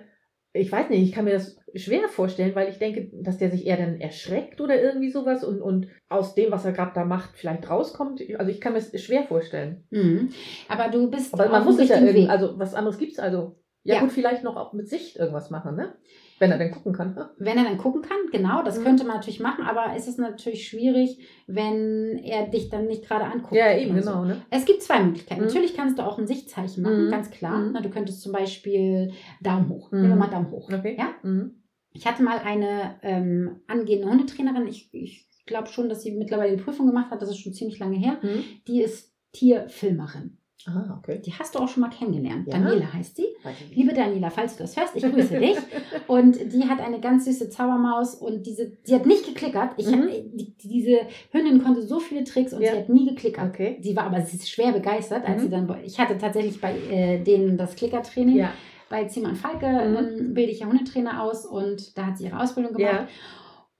Speaker 2: ich weiß nicht, ich kann mir das schwer vorstellen, weil ich denke, dass der sich eher dann erschreckt oder irgendwie sowas und, und aus dem, was er gerade da macht, vielleicht rauskommt. Also ich kann mir es schwer vorstellen.
Speaker 1: Mhm. Aber du bist
Speaker 2: Aber man
Speaker 1: auf
Speaker 2: muss
Speaker 1: dem
Speaker 2: sich ja
Speaker 1: richtigen
Speaker 2: irgendwie,
Speaker 1: Weg.
Speaker 2: also was anderes gibt's also. Ja,
Speaker 1: Ja.
Speaker 2: gut, vielleicht noch auch mit Sicht irgendwas machen, ne? Wenn er denn gucken kann. ne?
Speaker 1: Wenn er dann gucken kann, genau, das
Speaker 2: Mhm.
Speaker 1: könnte man natürlich machen, aber es ist natürlich schwierig, wenn er dich dann nicht gerade anguckt.
Speaker 2: Ja, eben,
Speaker 1: oder so.
Speaker 2: genau, ne?
Speaker 1: Es gibt zwei Möglichkeiten.
Speaker 2: Mhm.
Speaker 1: Natürlich kannst du auch ein Sichtzeichen machen,
Speaker 2: Mhm.
Speaker 1: ganz klar.
Speaker 2: Mhm.
Speaker 1: Na, du könntest zum Beispiel Daumen hoch. Nehmen wir
Speaker 2: Mhm.
Speaker 1: mal Daumen hoch.
Speaker 2: Okay.
Speaker 1: Ja?
Speaker 2: Mhm.
Speaker 1: Ich hatte mal eine ähm, angehende Hundetrainerin, ich, ich glaube schon, dass sie mittlerweile die Prüfung gemacht hat, das ist schon ziemlich lange her.
Speaker 2: Mhm.
Speaker 1: Die ist Tierfilmerin.
Speaker 2: Ah, okay.
Speaker 1: Die hast du auch schon mal kennengelernt.
Speaker 2: Ja.
Speaker 1: Daniela heißt sie.
Speaker 2: Weiß ich nicht.
Speaker 1: Liebe Daniela, falls du das hörst, ich grüße dich. Und die hat eine ganz süße Zaubermaus und diese, die hat nicht geklickert. Ich
Speaker 2: Mhm.
Speaker 1: hab, äh, die, diese Hündin konnte so viele Tricks und
Speaker 2: Ja.
Speaker 1: sie hat nie geklickert.
Speaker 2: Okay.
Speaker 1: Sie war aber sie ist schwer begeistert, als
Speaker 2: Mhm.
Speaker 1: sie dann. bei- Ich hatte tatsächlich bei äh, denen das Klickertraining.
Speaker 2: Ja.
Speaker 1: Bei Ziemann Falke
Speaker 2: Mhm.
Speaker 1: ähm, bilde ich ja Hundetrainer aus und da hat sie ihre Ausbildung gemacht.
Speaker 2: Ja.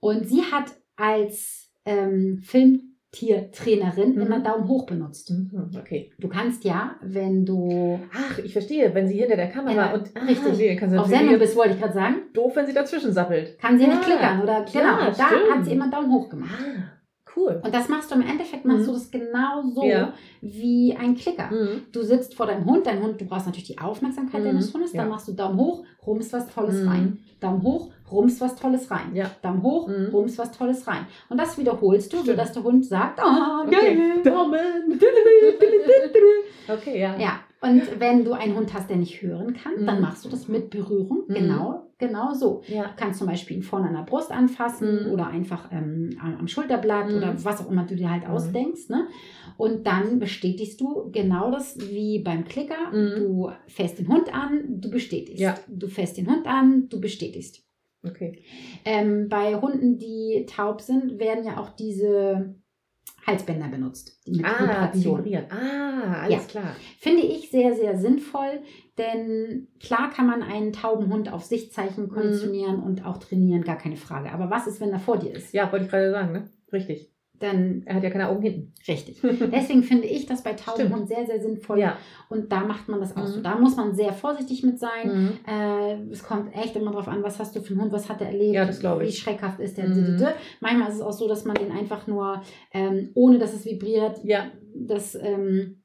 Speaker 1: Und sie hat als ähm, Filmtiertrainerin
Speaker 2: Mhm.
Speaker 1: immer Daumen hoch benutzt.
Speaker 2: Mhm. Okay.
Speaker 1: Du kannst ja, wenn du
Speaker 2: Ach, ich verstehe, wenn sie hinter der Kamera
Speaker 1: Ja,
Speaker 2: und ah,
Speaker 1: richtig.
Speaker 2: nee, kann sie
Speaker 1: auf
Speaker 2: natürlich
Speaker 1: Sendung bist, wollte ich gerade sagen,
Speaker 2: jetzt doof, wenn sie dazwischen sappelt.
Speaker 1: kann sie
Speaker 2: Ja.
Speaker 1: nicht klickern oder genau.
Speaker 2: Ja,
Speaker 1: und da
Speaker 2: stimmt.
Speaker 1: hat sie immer Daumen hoch gemacht.
Speaker 2: Ah, cool.
Speaker 1: Und das machst du im Endeffekt machst
Speaker 2: Mhm.
Speaker 1: du das genauso
Speaker 2: Ja.
Speaker 1: wie ein Klicker.
Speaker 2: Mhm.
Speaker 1: Du sitzt vor deinem Hund, dein Hund, du brauchst natürlich die Aufmerksamkeit
Speaker 2: Mhm.
Speaker 1: deines Hundes, dann
Speaker 2: Ja.
Speaker 1: machst du Daumen hoch, rums was Tolles
Speaker 2: Mhm.
Speaker 1: rein. Daumen hoch, rums was Tolles rein.
Speaker 2: Ja.
Speaker 1: Daumen hoch,
Speaker 2: Mhm.
Speaker 1: rums was Tolles rein. Und das wiederholst du,
Speaker 2: Stimmt.
Speaker 1: sodass der Hund sagt, ah, geil.
Speaker 2: Okay. Daumen. Okay, ja.
Speaker 1: Ja, und wenn du einen Hund hast, der nicht hören kann, dann
Speaker 2: Mhm.
Speaker 1: machst du das mit Berührung.
Speaker 2: Mhm.
Speaker 1: Genau, genau so.
Speaker 2: Ja.
Speaker 1: Du kannst zum Beispiel ihn vorne an der Brust anfassen
Speaker 2: Mhm.
Speaker 1: oder einfach ähm, am am Schulterblatt
Speaker 2: Mhm.
Speaker 1: oder was auch immer du dir halt
Speaker 2: Mhm.
Speaker 1: ausdenkst. Ne? Und dann bestätigst du genau das wie beim Klicker.
Speaker 2: Mhm.
Speaker 1: Du fährst den Hund an, du bestätigst.
Speaker 2: Ja.
Speaker 1: Du fährst den Hund an, du bestätigst.
Speaker 2: Okay.
Speaker 1: Ähm, bei Hunden, die taub sind, werden ja auch diese Halsbänder benutzt. Die mit
Speaker 2: Ah, die
Speaker 1: Vibration.
Speaker 2: vibrieren. Ah, alles klar.
Speaker 1: Finde ich sehr, sehr sinnvoll, denn klar kann man einen tauben Hund auf Sichtzeichen
Speaker 2: Mhm.
Speaker 1: konditionieren und auch trainieren, gar keine Frage. Aber was ist, wenn er vor dir ist?
Speaker 2: Ja, wollte ich gerade sagen, ne? Richtig.
Speaker 1: Dann
Speaker 2: Er hat ja keine Augen hinten.
Speaker 1: richtig. Deswegen finde ich das bei tauben
Speaker 2: Stimmt.
Speaker 1: Hunden sehr, sehr sinnvoll. Und da macht man das auch
Speaker 2: Mhm.
Speaker 1: so. Da muss man sehr vorsichtig mit sein.
Speaker 2: Mhm.
Speaker 1: Äh, es kommt echt immer drauf an, was hast du für einen Hund, was hat er erlebt,
Speaker 2: Ja, das glaube ich.
Speaker 1: wie schreckhaft ist der.
Speaker 2: Mhm.
Speaker 1: d-d-d-d. Manchmal ist es auch so, dass man den einfach nur, ähm, ohne dass es vibriert,
Speaker 2: Ja.
Speaker 1: das ähm,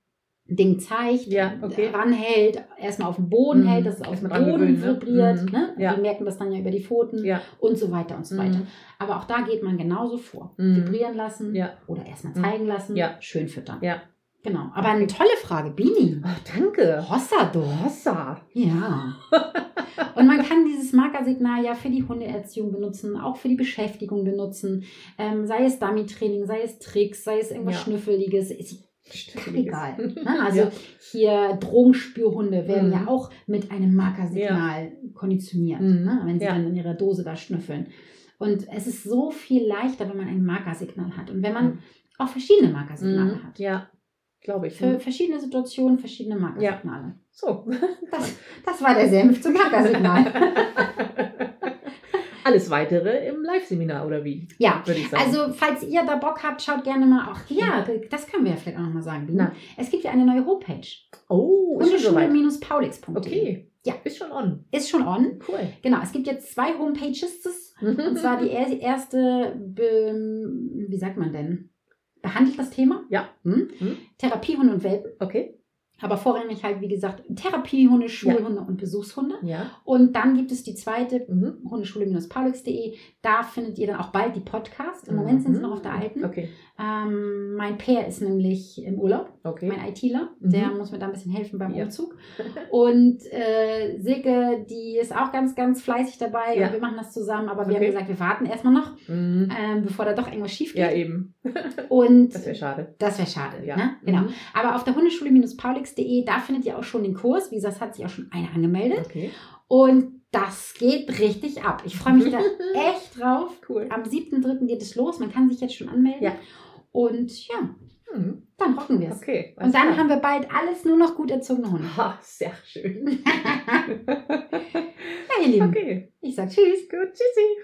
Speaker 1: Ding zeigt,
Speaker 3: Ja, okay.
Speaker 1: ranhält, erstmal auf den Boden
Speaker 3: Mhm.
Speaker 1: hält, dass es auf dem
Speaker 3: Erstmal
Speaker 1: Boden
Speaker 3: dran gewöhnen, ne?
Speaker 1: vibriert.
Speaker 3: Mhm.
Speaker 1: Ne?
Speaker 3: Ja.
Speaker 1: Die merken das dann ja über die Pfoten
Speaker 3: Ja.
Speaker 1: und so weiter und so weiter.
Speaker 3: Mhm.
Speaker 1: Aber auch da geht man genauso vor.
Speaker 3: Mhm.
Speaker 1: Vibrieren lassen
Speaker 3: Ja.
Speaker 1: oder erstmal
Speaker 3: Mhm.
Speaker 1: zeigen lassen,
Speaker 3: Ja.
Speaker 1: schön füttern.
Speaker 3: Ja.
Speaker 1: Genau. Aber eine tolle Frage, Bini.
Speaker 2: Ah,
Speaker 3: Ach, danke.
Speaker 1: Hossado.
Speaker 3: Hossa.
Speaker 1: Ja. Und man kann dieses Markersignal ja für die Hundeerziehung benutzen, auch für die Beschäftigung benutzen. Ähm, sei es Dummy-Training, sei es Tricks, sei es irgendwas
Speaker 3: Ja.
Speaker 1: Schnüffeliges. Ist egal. Ne? Also
Speaker 3: Ja.
Speaker 1: hier Drogenspürhunde werden
Speaker 3: Mhm.
Speaker 1: ja auch mit einem Markersignal konditioniert,
Speaker 3: Mhm.
Speaker 1: ne? wenn sie
Speaker 3: Ja.
Speaker 1: dann in ihrer Dose da schnüffeln. Und es ist so viel leichter, wenn man ein Markersignal hat und wenn man
Speaker 3: Mhm.
Speaker 1: auch verschiedene Markersignale
Speaker 3: Mhm.
Speaker 1: hat.
Speaker 3: Ja, glaube ich.
Speaker 1: Für
Speaker 3: ne?
Speaker 1: verschiedene Situationen verschiedene Markersignale.
Speaker 3: So.
Speaker 1: Das, das war der Senf zum Markersignal.
Speaker 3: Alles weitere im Live-Seminar, oder wie?
Speaker 1: Ja,
Speaker 3: Würde ich sagen.
Speaker 1: also falls ihr da Bock habt, schaut gerne mal auch. Ja, das können wir ja vielleicht auch nochmal sagen. Biene.
Speaker 3: Na.
Speaker 1: Es gibt ja eine neue Homepage.
Speaker 3: oh, ist schon soweit.
Speaker 1: Hundeschule-paulix.de.
Speaker 3: Okay.
Speaker 1: Ja.
Speaker 3: Ist schon on.
Speaker 1: Ist schon on.
Speaker 3: Cool.
Speaker 1: Genau, es gibt jetzt zwei Homepages.
Speaker 3: Mhm.
Speaker 1: Und zwar die er- erste, be- wie sagt man denn? Behandelt das Thema?
Speaker 3: Ja.
Speaker 1: Hm?
Speaker 3: Hm.
Speaker 1: Therapiehunde und Welpen.
Speaker 3: Okay.
Speaker 1: Aber vorrangig halt, wie gesagt, Therapiehunde, Schulhunde und Besuchshunde.
Speaker 3: Ja.
Speaker 1: Und dann gibt es die zweite
Speaker 3: Mhm.
Speaker 1: hundeschule-paulix.de. E. Da findet ihr dann auch bald die Podcasts. Im Moment sind
Speaker 3: Mhm.
Speaker 1: sie noch auf der alten.
Speaker 3: Okay.
Speaker 1: Ähm, mein Pair ist nämlich im Urlaub,
Speaker 3: Okay.
Speaker 1: mein ITler.
Speaker 3: Mhm.
Speaker 1: Der muss mir da ein bisschen helfen beim
Speaker 3: Ja.
Speaker 1: Umzug. Und äh, Silke, die ist auch ganz, ganz fleißig dabei.
Speaker 3: Ja.
Speaker 1: Und wir machen das zusammen. Aber wir haben
Speaker 3: Okay.
Speaker 1: gesagt, wir warten erstmal noch,
Speaker 3: Mhm.
Speaker 1: ähm, bevor da doch irgendwas schief
Speaker 3: Ja,
Speaker 1: geht.
Speaker 3: eben.
Speaker 1: Und
Speaker 3: Das wäre schade.
Speaker 1: das wäre schade.
Speaker 3: Ja.
Speaker 1: Ne? Genau.
Speaker 3: Mhm.
Speaker 1: Aber auf der Hundeschule-paulix.de, da findet ihr auch schon den Kurs. Wie gesagt, es hat sich auch schon einer angemeldet.
Speaker 3: Okay.
Speaker 1: Und das geht richtig ab. Ich freue mich da echt drauf.
Speaker 3: Cool.
Speaker 1: Am 7.3. geht es los. Man kann sich jetzt schon anmelden.
Speaker 3: Ja.
Speaker 1: Und ja,
Speaker 3: Mhm.
Speaker 1: dann rocken wir es.
Speaker 3: Okay.
Speaker 1: Und dann haben wir bald alles nur noch gut erzogene Hunde.
Speaker 3: Ha, sehr schön.
Speaker 1: Ja, ihr Lieben,
Speaker 3: okay.
Speaker 1: ich sag Tschüss.
Speaker 3: Gut. Tschüssi.